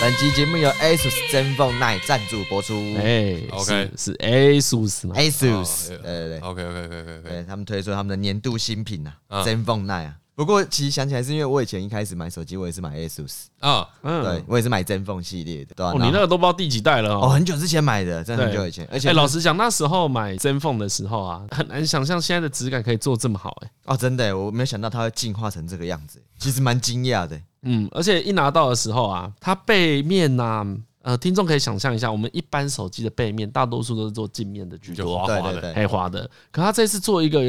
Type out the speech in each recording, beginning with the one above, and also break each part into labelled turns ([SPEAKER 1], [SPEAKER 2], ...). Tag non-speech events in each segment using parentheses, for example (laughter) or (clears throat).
[SPEAKER 1] 本集节目由 ASUS ZenFone 9赞助播出。
[SPEAKER 2] 哎
[SPEAKER 3] OK
[SPEAKER 2] 是哎是
[SPEAKER 1] 哎
[SPEAKER 2] ASUS 嘛？
[SPEAKER 1] ASUS，对
[SPEAKER 3] 哦
[SPEAKER 1] 对对，
[SPEAKER 3] OK OK OK OK
[SPEAKER 1] 对
[SPEAKER 3] OK，
[SPEAKER 1] 他们推出他们的年度新品啊
[SPEAKER 3] 嗯
[SPEAKER 1] ，ZenFone 9啊。不过其实想起来是因为我以前一开始买手机，我也是买 ASUS，
[SPEAKER 3] 啊，
[SPEAKER 2] 嗯，
[SPEAKER 1] 对我也是买 ZenFone 系列的，对啊
[SPEAKER 2] 哦，你那
[SPEAKER 1] 然后
[SPEAKER 2] 个都不知道第几代了
[SPEAKER 1] 哦，
[SPEAKER 2] 哦。
[SPEAKER 1] 很久之前买的，真的很
[SPEAKER 2] 对
[SPEAKER 1] 久以前，而
[SPEAKER 2] 而
[SPEAKER 1] 且 (laughs)
[SPEAKER 2] 且老实讲，那时候买 ZenFone 的时候啊，很难想象现在的质感可以做这么好哎。
[SPEAKER 1] 哦，真的耶，我没有想到它会进化成这个样子，其实蛮惊讶的。
[SPEAKER 2] 嗯，而且一拿到的时候啊，它背面呐，呃，听众可以想象一下，我们一般手机的背面大多数都是做镜面的居
[SPEAKER 3] 就
[SPEAKER 2] 多，
[SPEAKER 3] 滑
[SPEAKER 1] 对
[SPEAKER 3] 滑
[SPEAKER 1] 对
[SPEAKER 3] 的，
[SPEAKER 1] 对，
[SPEAKER 2] 黑花的。可他这次做一个，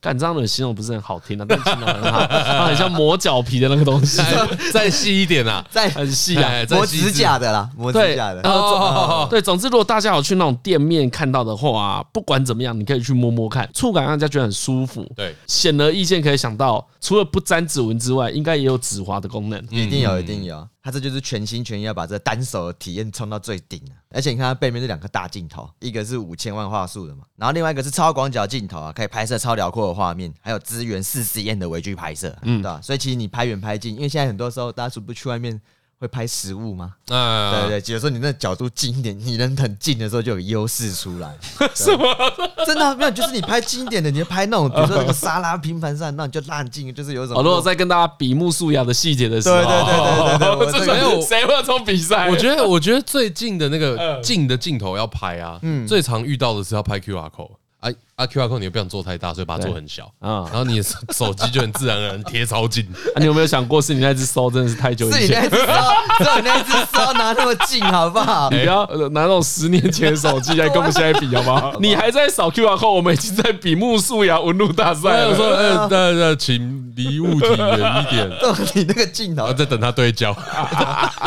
[SPEAKER 2] 干这样的形容不是很好听啊，但形容很好，它很像磨脚皮的那个东西， (laughs)
[SPEAKER 3] 再再细一点啊，
[SPEAKER 1] 在
[SPEAKER 2] 很细啊。
[SPEAKER 3] 哎再
[SPEAKER 1] 磨
[SPEAKER 3] 细致
[SPEAKER 1] 指甲的啦，磨指
[SPEAKER 2] 对，
[SPEAKER 1] 甲的
[SPEAKER 2] 呃，
[SPEAKER 3] 哦
[SPEAKER 2] 总对，总之，如果大家有去那种店面看到的话、啊，不管怎么样，你可以去摸摸看，触感让人家觉得很舒服。
[SPEAKER 3] 对，
[SPEAKER 2] 显而易见，可以想到，除了不沾指纹之外，应该也有指滑的功能。
[SPEAKER 1] 一定有，
[SPEAKER 3] 嗯
[SPEAKER 1] 一定有。他这就是全心全意要把这单手的体验冲到最顶啊！而且你看它背面这两个大镜头，一个是五千万画素的嘛，然后另外一个是超广角镜头啊，可以拍摄超辽阔的画面，还有支援四十 N 的微距拍摄，嗯，对吧？所以其实你拍远拍近，因为现在很多时候大家是不是去外面会拍实物吗？
[SPEAKER 3] 啊，
[SPEAKER 1] 对对，有时候你那角度近一点，你人很近的时候就有优势出来。什么？真的啊没有，就是你拍近一点的，你就拍那种，比如说那个沙拉平盘上，那你就烂近，就是有一种。
[SPEAKER 2] 哦，如果在跟大家比目素雅的细节的时候，
[SPEAKER 1] 对对
[SPEAKER 2] (laughs)
[SPEAKER 1] 对对对对我这
[SPEAKER 2] 这
[SPEAKER 1] 个
[SPEAKER 2] 没有谁会有这种比赛？
[SPEAKER 3] 我觉得，我觉得最近的那个
[SPEAKER 2] 嗯
[SPEAKER 3] 近的镜头要拍啊，最常遇到的是要拍 QR code 啊啊 QR code 你又不想做太大，所以把它做很小，
[SPEAKER 2] 啊
[SPEAKER 3] 然后你的手手机就很自然而然贴超近，
[SPEAKER 2] 啊你有没有想过，是你那只手真的是太久
[SPEAKER 1] 是
[SPEAKER 2] 以
[SPEAKER 1] 你
[SPEAKER 2] 前？
[SPEAKER 1] 那只手，是你那 (laughs) 只手拿那么近，好不好？
[SPEAKER 2] (laughs)
[SPEAKER 3] 哎
[SPEAKER 1] (laughs)
[SPEAKER 2] 你不要呃拿那种十年前的手机来跟我们现在比，好
[SPEAKER 3] (laughs)
[SPEAKER 2] 不
[SPEAKER 3] 啊
[SPEAKER 2] 好？你还在扫 QR 后，我们已经在比目素雅纹路大赛
[SPEAKER 3] 还有
[SPEAKER 2] 了。
[SPEAKER 3] 说，呃呃呃，请离物体远一点， (laughs)
[SPEAKER 1] 你那个镜
[SPEAKER 3] 然后
[SPEAKER 1] 头，
[SPEAKER 3] 再等它哦对焦，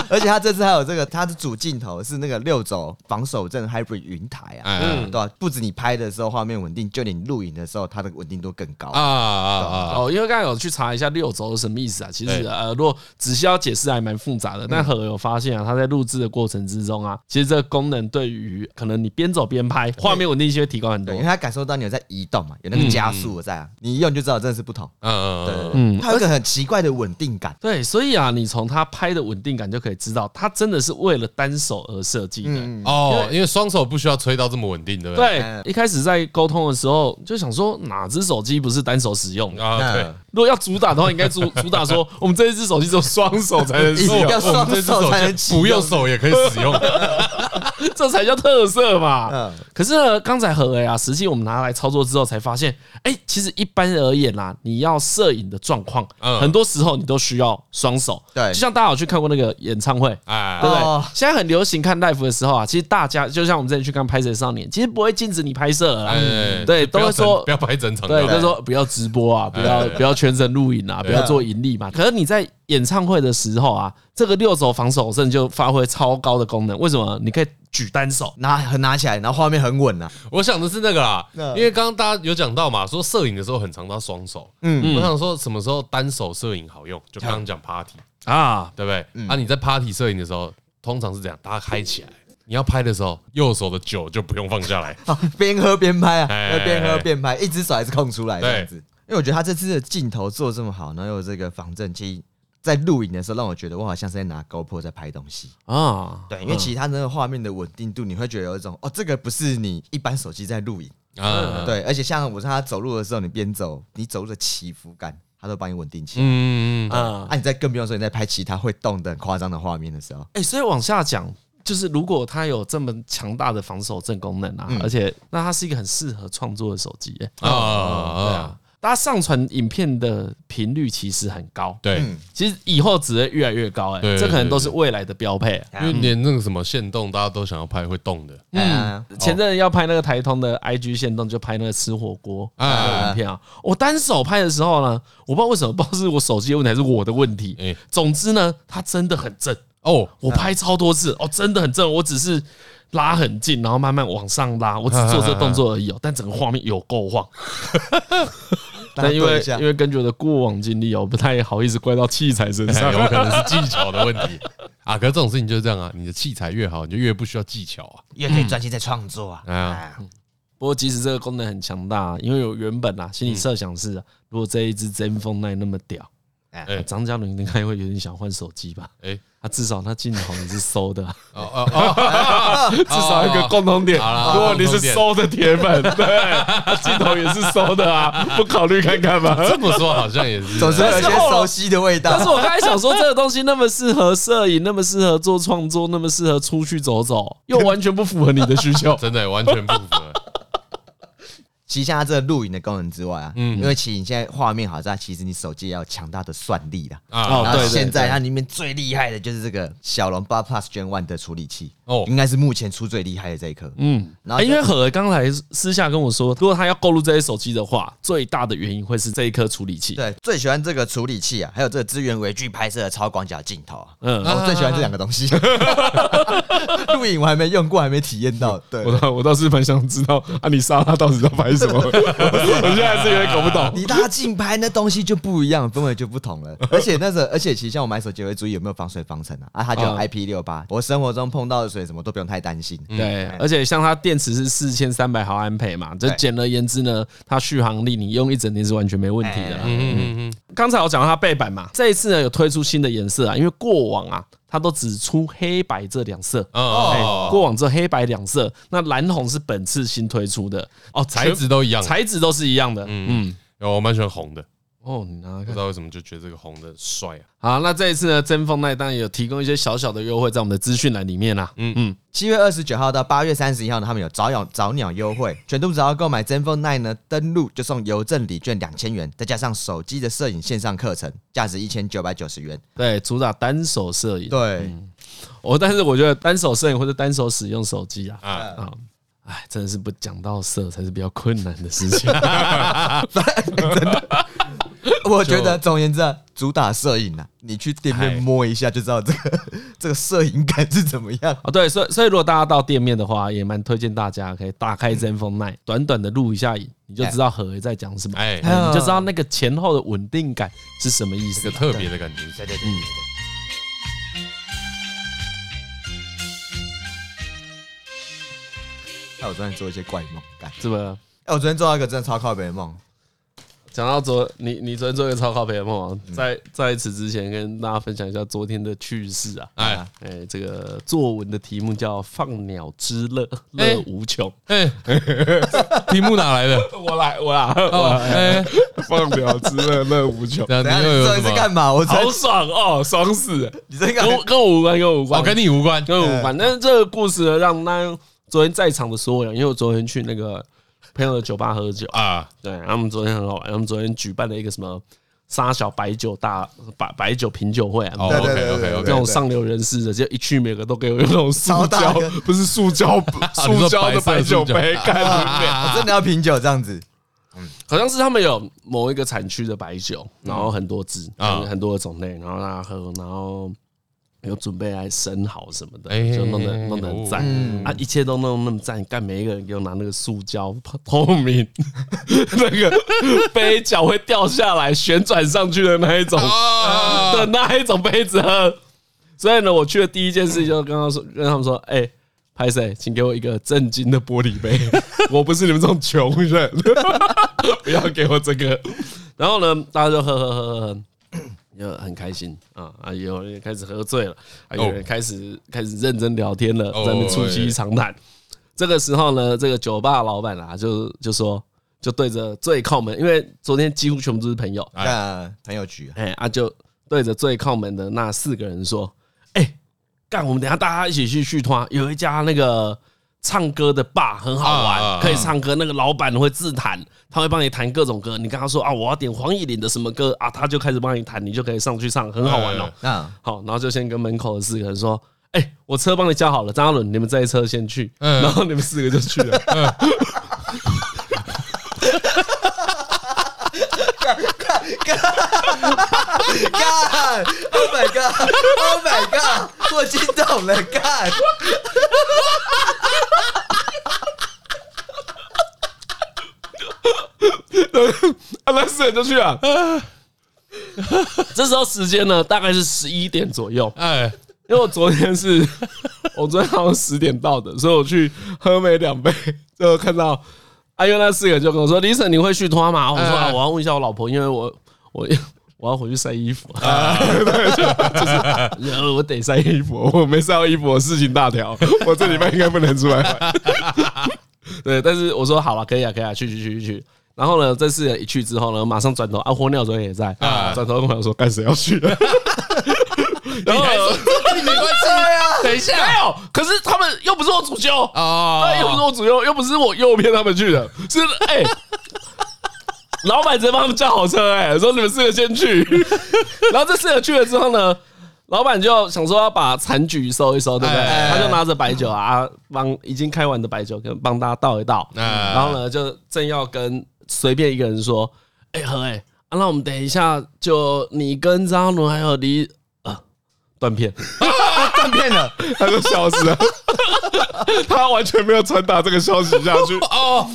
[SPEAKER 1] 而且它这次还有这个，它的主镜头是那个六轴防手震 Hybrid 云台啊，
[SPEAKER 3] 哎
[SPEAKER 1] 对吧、不止你拍的时候画面稳定，就连你录影的时候，它的稳定度更高。
[SPEAKER 3] 啊啊啊，
[SPEAKER 2] 哦，因为刚才有去查一下六轴是什么意思啊？其实
[SPEAKER 3] 对
[SPEAKER 2] 呃，如果仔细要解释还蛮复杂的。但何有发现啊，它在录制的过程之中啊，其实这个功能对于可能你边走边拍，画面稳定性会提高很多
[SPEAKER 1] 对，因。
[SPEAKER 3] 哦
[SPEAKER 1] 为它感受到你有在移动嘛，有那个加速在啊，你一用就知道真的是不同。
[SPEAKER 3] 嗯嗯
[SPEAKER 1] 对
[SPEAKER 3] 嗯
[SPEAKER 1] 对
[SPEAKER 3] 嗯，
[SPEAKER 1] 对，它有一个很奇怪的稳定感。
[SPEAKER 2] 对，所以啊，你从它拍的稳定感就可以知道，它真的是为了单手而设计的。
[SPEAKER 1] 嗯，
[SPEAKER 3] 哦，因为双手不需要吹到这么稳定，对不对？
[SPEAKER 2] 对，一开始在沟通的时候就想说，哪只手机不是单手使用的？
[SPEAKER 3] 啊，对
[SPEAKER 1] 那。
[SPEAKER 2] 如果要主打的话，应该主 (laughs) 主打说，我们这一只手机只有双手才能使用，
[SPEAKER 1] 要双手才能启
[SPEAKER 3] 不用
[SPEAKER 1] 用。
[SPEAKER 3] 手也可以使用，
[SPEAKER 2] (laughs) 这才叫特色嘛。
[SPEAKER 1] 嗯，
[SPEAKER 2] 可是呢，刚才何 A 啊，实际我们拿来操作之后才发现，哎，其实一般而言啦、你要摄影的状况，
[SPEAKER 3] 嗯
[SPEAKER 2] 很多时候你都需要双手。
[SPEAKER 1] 对
[SPEAKER 2] 就像大家有去看过那个演唱会，
[SPEAKER 3] 哎
[SPEAKER 1] (laughs)
[SPEAKER 2] 对不对
[SPEAKER 1] 哦？
[SPEAKER 2] 现在很流行看 live 的时候啊，其实大家就像我们之前去看《拍摄少年》，其实不会禁止你拍摄了啦，
[SPEAKER 3] 哎，
[SPEAKER 2] 对
[SPEAKER 3] 就不
[SPEAKER 2] 都会
[SPEAKER 3] 要整
[SPEAKER 2] 说
[SPEAKER 3] 不要拍整场就好，
[SPEAKER 2] 对，就是说不要直播啊，不要
[SPEAKER 3] 哎
[SPEAKER 2] 不要全程录影啊，不要做盈利嘛。可是你在演唱会的时候啊，这个六手防守阵就发挥超高的功能。为什么？你可以举单手，
[SPEAKER 1] 拿很拿起来，然后画面很稳啊。
[SPEAKER 3] 我想的是那个啦，
[SPEAKER 1] 嗯
[SPEAKER 3] 因为刚刚大家有讲到嘛，说摄影的时候很常到双手，嗯，我想说什么时候单手摄影好用，就刚刚讲 party，
[SPEAKER 2] 啊，
[SPEAKER 3] 对不对？啊，你在 party 摄影的时候，通常是这样，大家嗨起来，你要拍的时候，右手的酒就不用放下来，
[SPEAKER 1] 啊 (laughs) 边喝边拍啊，
[SPEAKER 3] 哎
[SPEAKER 1] 要边喝边拍，一只手还是空出来这
[SPEAKER 3] 对
[SPEAKER 1] 样子。因为我觉得他这次的镜头做得这么好，然后有这个防震器，在录影的时候让我觉得我好像是在拿 GoPro 在拍东西。
[SPEAKER 2] 啊，
[SPEAKER 1] 对，因为其他那个画面的稳定度，你会觉得有一种哦，这个不是你一般手机在录影。
[SPEAKER 3] 啊，
[SPEAKER 1] 对，而且像我说他走路的时候，你边走，你走路的起伏感，他都帮你稳定起来。
[SPEAKER 3] 嗯，嗯，
[SPEAKER 2] 啊，
[SPEAKER 1] 啊，你在更不用说你在拍其他会动的很夸张的画面的时候，
[SPEAKER 2] 哎，所以往下讲。就是如果它有这么强大的防守阵功能
[SPEAKER 3] 嗯
[SPEAKER 2] 啊，而且那它是一个很适合创作的手机、欸，
[SPEAKER 3] 啊啊
[SPEAKER 2] 对
[SPEAKER 3] 啊
[SPEAKER 2] 啊，，大家上传影片的频率其实很高，
[SPEAKER 3] 对，
[SPEAKER 2] 其实以后只会越来越高、欸，
[SPEAKER 3] 对
[SPEAKER 2] 哎，
[SPEAKER 3] 对
[SPEAKER 2] 这可能都是
[SPEAKER 3] 对
[SPEAKER 2] 未来的标配、欸。
[SPEAKER 3] 因为连那个什么线动，大家都想要拍会动的，
[SPEAKER 1] 嗯，
[SPEAKER 3] 哦
[SPEAKER 2] 前阵子要拍那个台通的 IG 线动，就拍那个吃火锅
[SPEAKER 3] 啊
[SPEAKER 2] 啊影片啊。我单手拍的时候呢，我不知道为什么，不知道是我手机的问题还是我的问
[SPEAKER 3] 哎
[SPEAKER 2] 题。总之呢，它真的很正，
[SPEAKER 3] 哦，
[SPEAKER 2] 我拍超多次哦，真的很正。我只是拉很近，然后慢慢往上拉，我只做这个动作而已哦。但整个画面有够晃，
[SPEAKER 1] 大家
[SPEAKER 2] 但因
[SPEAKER 1] 对
[SPEAKER 2] 为
[SPEAKER 1] 一下
[SPEAKER 2] 因为根据我的过往经历哦，不太好意思怪到器材身
[SPEAKER 3] 哎
[SPEAKER 2] 上。
[SPEAKER 3] 有可能是技巧的问题啊，可是这种事情就是这样啊，你的器材越好，你就越不需要技巧啊，
[SPEAKER 1] 越可以专心在创作啊。
[SPEAKER 3] 哎呀，
[SPEAKER 2] (laughs) 不过即使这个啊功能很强大，因为有原本啊心里设想是，如果这一只 ZenFone 9那么屌，
[SPEAKER 1] 哎
[SPEAKER 3] 哎
[SPEAKER 2] 张嘉伦应该会有点想换手机吧？
[SPEAKER 3] 哎，
[SPEAKER 2] 啊，至少他镜头你是收的啊、
[SPEAKER 3] 哦哦哦，至
[SPEAKER 2] 至少有一个共同点。
[SPEAKER 3] 好啦
[SPEAKER 2] 如果你是收的铁粉，对，镜头也是收的啊，不考虑看看吗？
[SPEAKER 3] 这么说好像也是，。
[SPEAKER 1] 总是有一些熟悉的味
[SPEAKER 2] 但是
[SPEAKER 1] 道。
[SPEAKER 2] 我刚才想说，这个东西那么适合摄影，那么适合做创作，那么适合出去
[SPEAKER 1] (laughs)
[SPEAKER 2] 走走，又完全不符合你的需求
[SPEAKER 3] 真的完全不符合。
[SPEAKER 1] 旗下这个录影的功能之外啊，
[SPEAKER 3] 嗯
[SPEAKER 1] 因为其实你现在画面好在，其实你手机也要强大的算力啦。
[SPEAKER 2] 哦
[SPEAKER 3] 啊
[SPEAKER 1] 然后
[SPEAKER 2] 对对
[SPEAKER 1] 现在
[SPEAKER 2] 对
[SPEAKER 1] 它里面最厉害的就是这个骁龙八 Plus Gen One 的处理器，
[SPEAKER 3] 哦
[SPEAKER 1] 应该是目前出最厉害的这一颗。
[SPEAKER 2] 嗯，
[SPEAKER 1] 然后
[SPEAKER 2] 因为何刚才私下跟我说，如果他要购入这些手机的话，最大的原因会是这一颗处理器。
[SPEAKER 1] 对，最喜欢这个处理器啊，还有这个资源微距拍摄的超广角镜头啊。
[SPEAKER 2] 嗯，
[SPEAKER 1] 我最喜欢这两个东
[SPEAKER 2] (laughs)
[SPEAKER 1] 西，录影我还没用过，还没体验到。对，
[SPEAKER 2] 我倒我倒是蛮想知道啊，你杀他到底在拍
[SPEAKER 1] (laughs)
[SPEAKER 2] 什么？我现在还是有点搞不懂。
[SPEAKER 1] 你拉近拍那东西就不一样，氛围就不同了。而且那时候，而且其实像我买手机我会注意有没有防水防尘啊，啊，它就有
[SPEAKER 2] 嗯
[SPEAKER 1] IP 六八，我生活中碰到的水什么都不用太担心。
[SPEAKER 2] 对，而且像它电池是四千三百毫安培嘛，这
[SPEAKER 1] 对
[SPEAKER 2] 简而言之呢，它续航力你用一整年是完全没问题的啦。
[SPEAKER 1] 哎
[SPEAKER 3] 嗯嗯嗯，
[SPEAKER 2] 刚才我讲到它背板嘛，这一次呢有推出新的颜色啊，因为过往啊它都只出黑白这两色。
[SPEAKER 3] 哦，
[SPEAKER 2] 过往这黑白两色，那蓝红是本次新推出的哦，
[SPEAKER 3] 材质都一样。
[SPEAKER 2] 材质都是一样的。
[SPEAKER 3] 嗯
[SPEAKER 2] 嗯，
[SPEAKER 3] 有我蛮喜欢红的，
[SPEAKER 2] 哦，你拿来
[SPEAKER 3] 不
[SPEAKER 2] 看
[SPEAKER 3] 知。道为什么就觉得这个红的帅啊。
[SPEAKER 2] 好，那这一次呢，真风那当然有提供一些小小的优惠在我们的资讯栏里面啦。嗯嗯，
[SPEAKER 1] 七月二十九号到八月三十一号呢，他们有早鸟早鸟优惠，全都只要购买真风 Nine 呢，登录就送邮政礼券两千元，再加上手机的摄影线上课程，价值一千九百九十元。
[SPEAKER 2] 对，主打单手摄影。
[SPEAKER 1] 对，
[SPEAKER 2] 我但是我觉得单手摄影或者单手使用手机啊，
[SPEAKER 3] 啊，
[SPEAKER 2] 啊，哎，真的是不讲到色才是比较困难的事情。
[SPEAKER 1] 我觉得总而言之啊，主打摄影啊，你去店
[SPEAKER 3] 哎
[SPEAKER 1] 面摸一下就知道这个 (laughs) 这个摄影感是怎么样。
[SPEAKER 2] 哦，对，所以所以如果大家到店面的话，也蛮推荐大家可以打开真风奈，短短的录一下影，你就知道何在讲什么，
[SPEAKER 3] 哎，
[SPEAKER 2] 哎你就知道那个前后的稳定感是什么意
[SPEAKER 3] 这
[SPEAKER 2] 思
[SPEAKER 3] 个。特别的感觉。
[SPEAKER 1] 对对对对对。哎，我昨天做一些怪梦，干
[SPEAKER 2] 是吧？
[SPEAKER 1] 哎，我昨天做到一个真的超靠北的梦，
[SPEAKER 2] 讲到昨你你昨天做一个超靠北的梦啊，在在此之前跟大家分享一下昨天的趣事啊。
[SPEAKER 3] 哎
[SPEAKER 2] 哎，这个作文的题目叫《放鸟之乐，乐无穷》。
[SPEAKER 3] 哎，题目哪来的？
[SPEAKER 2] 我来，我来，我
[SPEAKER 3] 哦，
[SPEAKER 2] 来，
[SPEAKER 3] 哎，
[SPEAKER 2] 放鸟之乐，乐无穷，
[SPEAKER 3] 等
[SPEAKER 1] 等一
[SPEAKER 3] 下你
[SPEAKER 1] 下
[SPEAKER 3] 呃又
[SPEAKER 1] 你这
[SPEAKER 3] 有什
[SPEAKER 1] 一是
[SPEAKER 3] 么？
[SPEAKER 1] 干嘛？我这
[SPEAKER 2] 好爽哦，爽 (laughs) 死了！
[SPEAKER 1] 你这
[SPEAKER 2] 跟我
[SPEAKER 1] 个
[SPEAKER 2] 跟我无关，跟我无关，
[SPEAKER 3] 哦，跟你无关。
[SPEAKER 2] 跟我无关。但是这个故事呢，让那昨天在场的所有人，因为我昨天去那个朋友的酒吧喝酒，
[SPEAKER 3] 啊，
[SPEAKER 2] 对他们昨天很好玩，他们昨天举办了一个什么沙小白酒大白白酒品酒会啊。
[SPEAKER 3] 哦
[SPEAKER 1] 对对对
[SPEAKER 3] ，OK
[SPEAKER 1] 对
[SPEAKER 3] OK
[SPEAKER 1] 对
[SPEAKER 2] 这
[SPEAKER 3] OK，
[SPEAKER 2] 种上流人士的，就一去每个都给我用那种塑
[SPEAKER 1] 超大
[SPEAKER 2] 胶
[SPEAKER 1] 个，
[SPEAKER 2] 不是塑胶，塑胶的白酒杯，
[SPEAKER 3] 白色塑胶
[SPEAKER 2] 干不了。
[SPEAKER 1] 我真的要品酒这样子。
[SPEAKER 2] 好像是他们有某一个产区的白酒，然后很多支，
[SPEAKER 3] 嗯啊
[SPEAKER 2] 很很多的种类，然后让他喝，然后有准备来生蚝什么的，
[SPEAKER 3] 哎
[SPEAKER 2] 就弄得弄得很赞、
[SPEAKER 1] 嗯
[SPEAKER 2] 啊！一切都弄得那么赞，干每一个人给我拿那个塑胶透明 (laughs) 那个杯脚会掉下来旋转上去的那一种
[SPEAKER 3] 啊
[SPEAKER 2] 的那一种杯子喝。所以呢，我去的第一件事就跟他说，跟他们说，哎、拍谁，请给我一个正经的玻璃 (laughs) 杯，我不是你们这种穷人， (laughs) 不要给我这个。然后呢，大家就喝喝喝喝喝，就很开心啊啊，有人开始喝醉了，啊，有人开始开始认真聊天了，
[SPEAKER 3] 哦
[SPEAKER 2] 在那边促膝长谈。这个时候呢，这个酒吧老板啊，就就说，就对着最靠门，因为昨天几乎全部都是朋友，
[SPEAKER 3] 哎
[SPEAKER 1] 那很有趣啊，
[SPEAKER 2] 哎、啊，就对着最靠门的那四个人说：“哎、干，我们等一下大家一起去续团，有一家那个唱歌的吧很好玩，
[SPEAKER 3] 啊啊啊
[SPEAKER 2] 可以唱歌。那个老板会自弹，他会帮你弹各种歌。你跟他说啊，我要点黄义玲的什么歌啊，他就开始帮你弹，你就可以上去唱，很好玩哦。
[SPEAKER 3] 哎
[SPEAKER 1] 那
[SPEAKER 2] (laughs) 好，然后就先跟门口的四个人说。”哎、我车帮你叫好了，张嘉伦，你们这一车先去，
[SPEAKER 3] 嗯
[SPEAKER 2] 然后你们四个就去
[SPEAKER 3] (laughs)
[SPEAKER 2] 了。
[SPEAKER 1] 干，Oh my God，Oh my God，我听懂了，干，
[SPEAKER 2] 啊，那四人就去了。 (laughs) 这时候时间呢，大概是十一点左右，
[SPEAKER 3] 哎，
[SPEAKER 2] (laughs) 因为我昨天是，我昨天好像十点到的，所以我去喝没两杯，最后看到啊阿优那四个就跟我说：“李晨，你会续托吗？”我说：“啊，我要问一下我老婆，因为我我我要回去晒衣服， (laughs) 对，就就是呃我得晒衣服，我没晒到衣服，我事情大条，我这礼拜应该不能出来玩。 (laughs) 对，但是我说好了，可以啊，可以啊，去去去去去。然后呢，这次一去之后呢，马上转头啊，火鸟昨天也在，转头跟我说干谁要去了。然后
[SPEAKER 3] 你没关系啊，等一下
[SPEAKER 2] 没有，可是他们又不是我主修，
[SPEAKER 3] 啊
[SPEAKER 2] 哎，又不是我左右，又不是我诱骗他们去的，是哎、 (laughs) 老板直接帮他们叫好车、哎，说你们四个先 (laughs) 去。然后这四个去了之后呢，老板就想说要把残局收一收，对不对？
[SPEAKER 3] 哎
[SPEAKER 2] 他就拿着白酒啊，帮已经开完的白酒跟帮大家倒一倒，
[SPEAKER 3] 哎
[SPEAKER 2] 然后呢，就正要跟随便一个人说，哎、何哎、啊那我们等一下就你跟张伦还有李啊断 (laughs) 片。
[SPEAKER 1] 断片了，
[SPEAKER 2] 他就消失了， (laughs) 他完全没有传达这个消息下去。
[SPEAKER 3] 哦，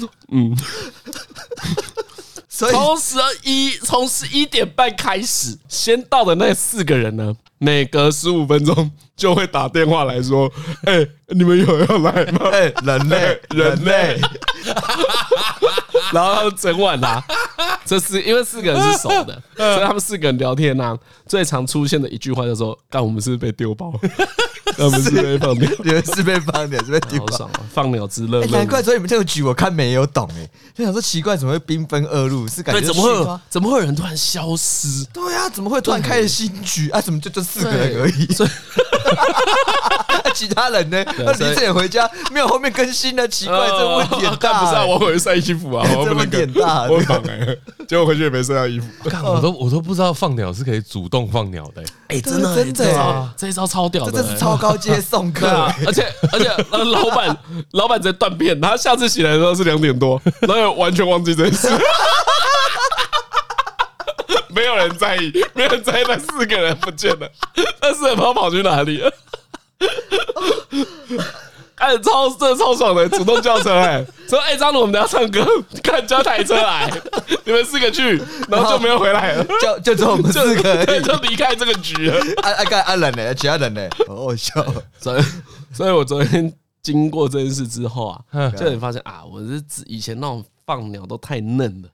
[SPEAKER 1] 所以
[SPEAKER 2] 从十一从十一点半开始，先到的那四个人呢，每隔十五分钟就会打电话来说：“哎、你们有要来 (laughs) 吗
[SPEAKER 1] 哎，人
[SPEAKER 3] (laughs)
[SPEAKER 1] 类，
[SPEAKER 2] 人类？”然后他们整晚啊，这四因为四个人是熟的，
[SPEAKER 1] 嗯
[SPEAKER 2] 所以他们四个人聊天啊，最常出现的一句话就说：“干，我们是不是被
[SPEAKER 1] (laughs)
[SPEAKER 2] 丢包，我们是不是被放掉，
[SPEAKER 1] 你们是被放的，是被丢
[SPEAKER 2] 好
[SPEAKER 1] 包。
[SPEAKER 2] 爽啊，放鸟之乐。
[SPEAKER 1] 哎
[SPEAKER 2] 乐无穷”
[SPEAKER 1] 难怪，所以你们这个局我看没有懂哎，就想说奇怪，怎么会兵分二路？是感觉
[SPEAKER 2] 对，怎么会
[SPEAKER 1] 是
[SPEAKER 2] 有
[SPEAKER 1] 吗
[SPEAKER 2] 怎么会有人突然消失？
[SPEAKER 1] 对啊，怎么会突然开了新局啊？怎么就这四个人而已？
[SPEAKER 2] 所以
[SPEAKER 1] (laughs) 其他人呢？那
[SPEAKER 2] 所以
[SPEAKER 1] 凌晨回家没有后面更新的，奇怪，这问题很大、
[SPEAKER 2] 呃但
[SPEAKER 1] 欸。
[SPEAKER 2] 不是啊，我回去晒衣服啊，我
[SPEAKER 1] 这
[SPEAKER 2] 不能
[SPEAKER 1] 问题
[SPEAKER 2] 跟
[SPEAKER 1] 很大
[SPEAKER 2] (laughs) 我很忙哎、结果回去也没晒到衣服。
[SPEAKER 1] 哎
[SPEAKER 3] 干
[SPEAKER 1] 哦
[SPEAKER 3] 我都我都不知道放鸟是可以主动放鸟的欸，
[SPEAKER 2] 哎、
[SPEAKER 1] 真的真的欸
[SPEAKER 2] 这一招超屌
[SPEAKER 1] 这
[SPEAKER 2] 的、欸
[SPEAKER 1] 真是超高阶送客、
[SPEAKER 2] 哦
[SPEAKER 1] 哎
[SPEAKER 2] 对啊，而且而且那个老板 (laughs) 老板直接断片，他下次醒来的时候是两点多，然后也完全忘记这件事。 (laughs) 没有人在意，没有人在意那四个人不见了， (laughs) 那四个人不知道跑去哪里了。 (laughs) 哎，超这超爽的，主动叫车哎、说哎张鲁，我们等一下唱歌，看叫台车来，你们四个去，然后就没有回来了，
[SPEAKER 1] 就就只有我们
[SPEAKER 2] 就
[SPEAKER 1] 四个而
[SPEAKER 2] (laughs) 对
[SPEAKER 1] 已。
[SPEAKER 2] 就离开这个局了。
[SPEAKER 1] 啊啊干啊人呢？其他人呢？好好笑。
[SPEAKER 2] 所以， (laughs) 所以我昨天经过这件事之后啊，
[SPEAKER 3] 嗯
[SPEAKER 2] 就很发现啊，我是自以前那种放鸟都太嫩了，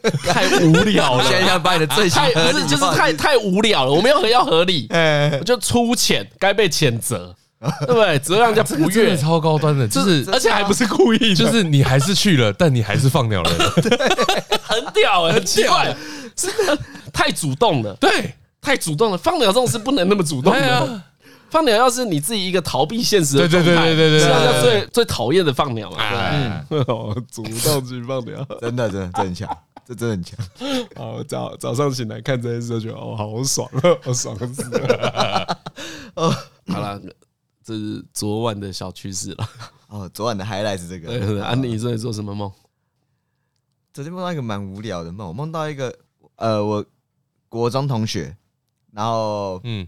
[SPEAKER 2] (laughs) 太无聊
[SPEAKER 1] 我现在
[SPEAKER 2] 了，
[SPEAKER 1] 想把你的最新
[SPEAKER 2] 太
[SPEAKER 1] 合
[SPEAKER 2] 不
[SPEAKER 1] 理
[SPEAKER 2] 是就是
[SPEAKER 1] 化
[SPEAKER 2] 太太无聊了。我们要要合理，
[SPEAKER 1] 哎，
[SPEAKER 2] 就粗浅，该被谴责，对不对？只会让人家
[SPEAKER 3] 这个
[SPEAKER 2] 不
[SPEAKER 3] 真的
[SPEAKER 2] 悦，
[SPEAKER 3] 超高端的，就是
[SPEAKER 2] 而且还不是故意的，就
[SPEAKER 3] 就是是你还是去了，但你还是放鸟了人，
[SPEAKER 2] 很屌欸，很奇怪，是太主动了，
[SPEAKER 3] 对，
[SPEAKER 2] 太主动了。放鸟这种事不能那么主动
[SPEAKER 3] 对
[SPEAKER 2] 的
[SPEAKER 3] 啊。
[SPEAKER 2] 放鸟要是你自己一个逃避现实的
[SPEAKER 3] 对
[SPEAKER 2] 状
[SPEAKER 3] 对对
[SPEAKER 2] 态，
[SPEAKER 3] 对对对
[SPEAKER 2] 是大
[SPEAKER 3] 对
[SPEAKER 2] 家
[SPEAKER 3] 对
[SPEAKER 2] 最最讨厌的放鸟嘛，对不对
[SPEAKER 3] 哎，
[SPEAKER 2] 哦，主动去放疗。
[SPEAKER 1] 真的真的真的很强，这真的很强。
[SPEAKER 2] 哦，早早上醒来看这件事，就觉得哦，好爽，好爽啊死了。 (laughs) 哦好了，这是昨晚的小趣
[SPEAKER 3] (laughs)
[SPEAKER 2] 事了。
[SPEAKER 1] 哦，昨晚的 highlight 是这个。
[SPEAKER 2] 对对 (laughs) 对，安妮昨天做什么梦？
[SPEAKER 1] 昨天梦到一个蛮无聊的梦，我梦到一个呃，我国中同学，然后
[SPEAKER 3] 嗯，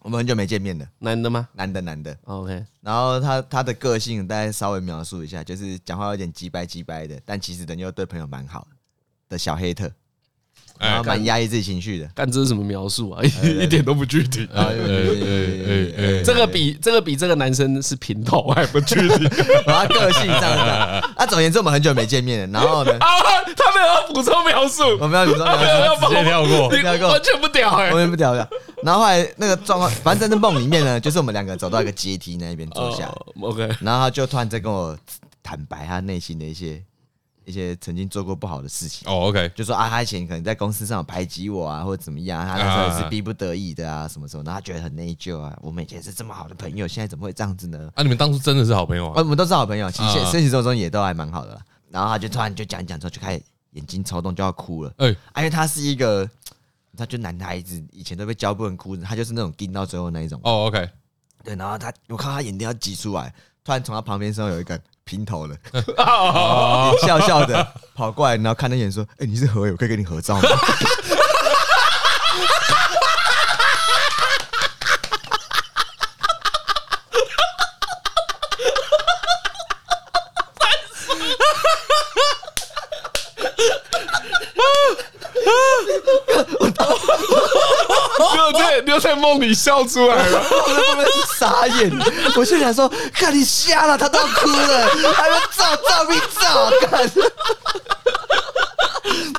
[SPEAKER 1] 我们很久没见面了，
[SPEAKER 2] 男的吗
[SPEAKER 1] 男的男的，
[SPEAKER 2] ？OK，
[SPEAKER 1] 然后他他的个性大概稍微描述一下，就是讲话有点鸡掰鸡掰的，但其实人又对朋友蛮好的小黑特，然
[SPEAKER 3] 哎
[SPEAKER 1] 后，蛮压抑自己情绪的。 (laughs)
[SPEAKER 2] 干这是什么描述啊？ (laughs) 一
[SPEAKER 3] 哎
[SPEAKER 2] 一点都不具体。
[SPEAKER 1] 哎哎哎哎哎
[SPEAKER 2] 这个比这个比这个男生是平头还不具 (laughs) 体
[SPEAKER 1] 然后他个性上
[SPEAKER 2] (laughs)
[SPEAKER 1] 的，啊，总而言之，我们很久没见面了。然后呢，
[SPEAKER 2] 啊！他没有要补充描述，
[SPEAKER 1] 我们要你说
[SPEAKER 2] 他没有 (laughs) 要补
[SPEAKER 3] 直接跳过，
[SPEAKER 2] 你
[SPEAKER 1] 跳过
[SPEAKER 2] 完全不屌哎
[SPEAKER 1] 我。们不聊了。然后后来那个状况，反正在那梦里面呢，就是我们两个走到一个阶梯那边坐下来，
[SPEAKER 2] 哦，OK，
[SPEAKER 1] 然后他就突然在跟我坦白他内心的一些一些曾经做过不好的事情，
[SPEAKER 3] 哦，OK，
[SPEAKER 1] 就说啊，他以前可能在公司上有排挤我啊，或者怎么样，他那时候也是逼不得已的啊，什么什么，然后他觉得很内疚啊，我们以前是这么好的朋友，现在怎么会这样子呢？
[SPEAKER 3] 啊，你们当初真的是好朋友
[SPEAKER 1] 啊，
[SPEAKER 3] 啊，
[SPEAKER 1] 我们都是好朋友，其实现
[SPEAKER 3] 啊
[SPEAKER 1] 现实生活中也都还蛮好的啦。然后他就突然就讲一讲之后，就开始眼睛抽动，就要哭了。
[SPEAKER 3] 哎，
[SPEAKER 1] 啊因为他是一个，他就男孩子，以前都被教不能哭，他就是那种盯到最后那一种。
[SPEAKER 3] 哦，OK，
[SPEAKER 1] 对，然后他，我看他眼睛要挤出来，突然从他旁边身后有一个平头
[SPEAKER 2] (laughs)
[SPEAKER 1] 的，笑笑的跑过来，然后看他眼说：“哎、你是何伟，我可以跟你合照吗？” (laughs)
[SPEAKER 2] 你有 (laughs) 在你有在梦里笑出来了。
[SPEAKER 1] 我在旁边傻眼，我就想说：“看你瞎了，他都要哭了，还要照照片照，看。”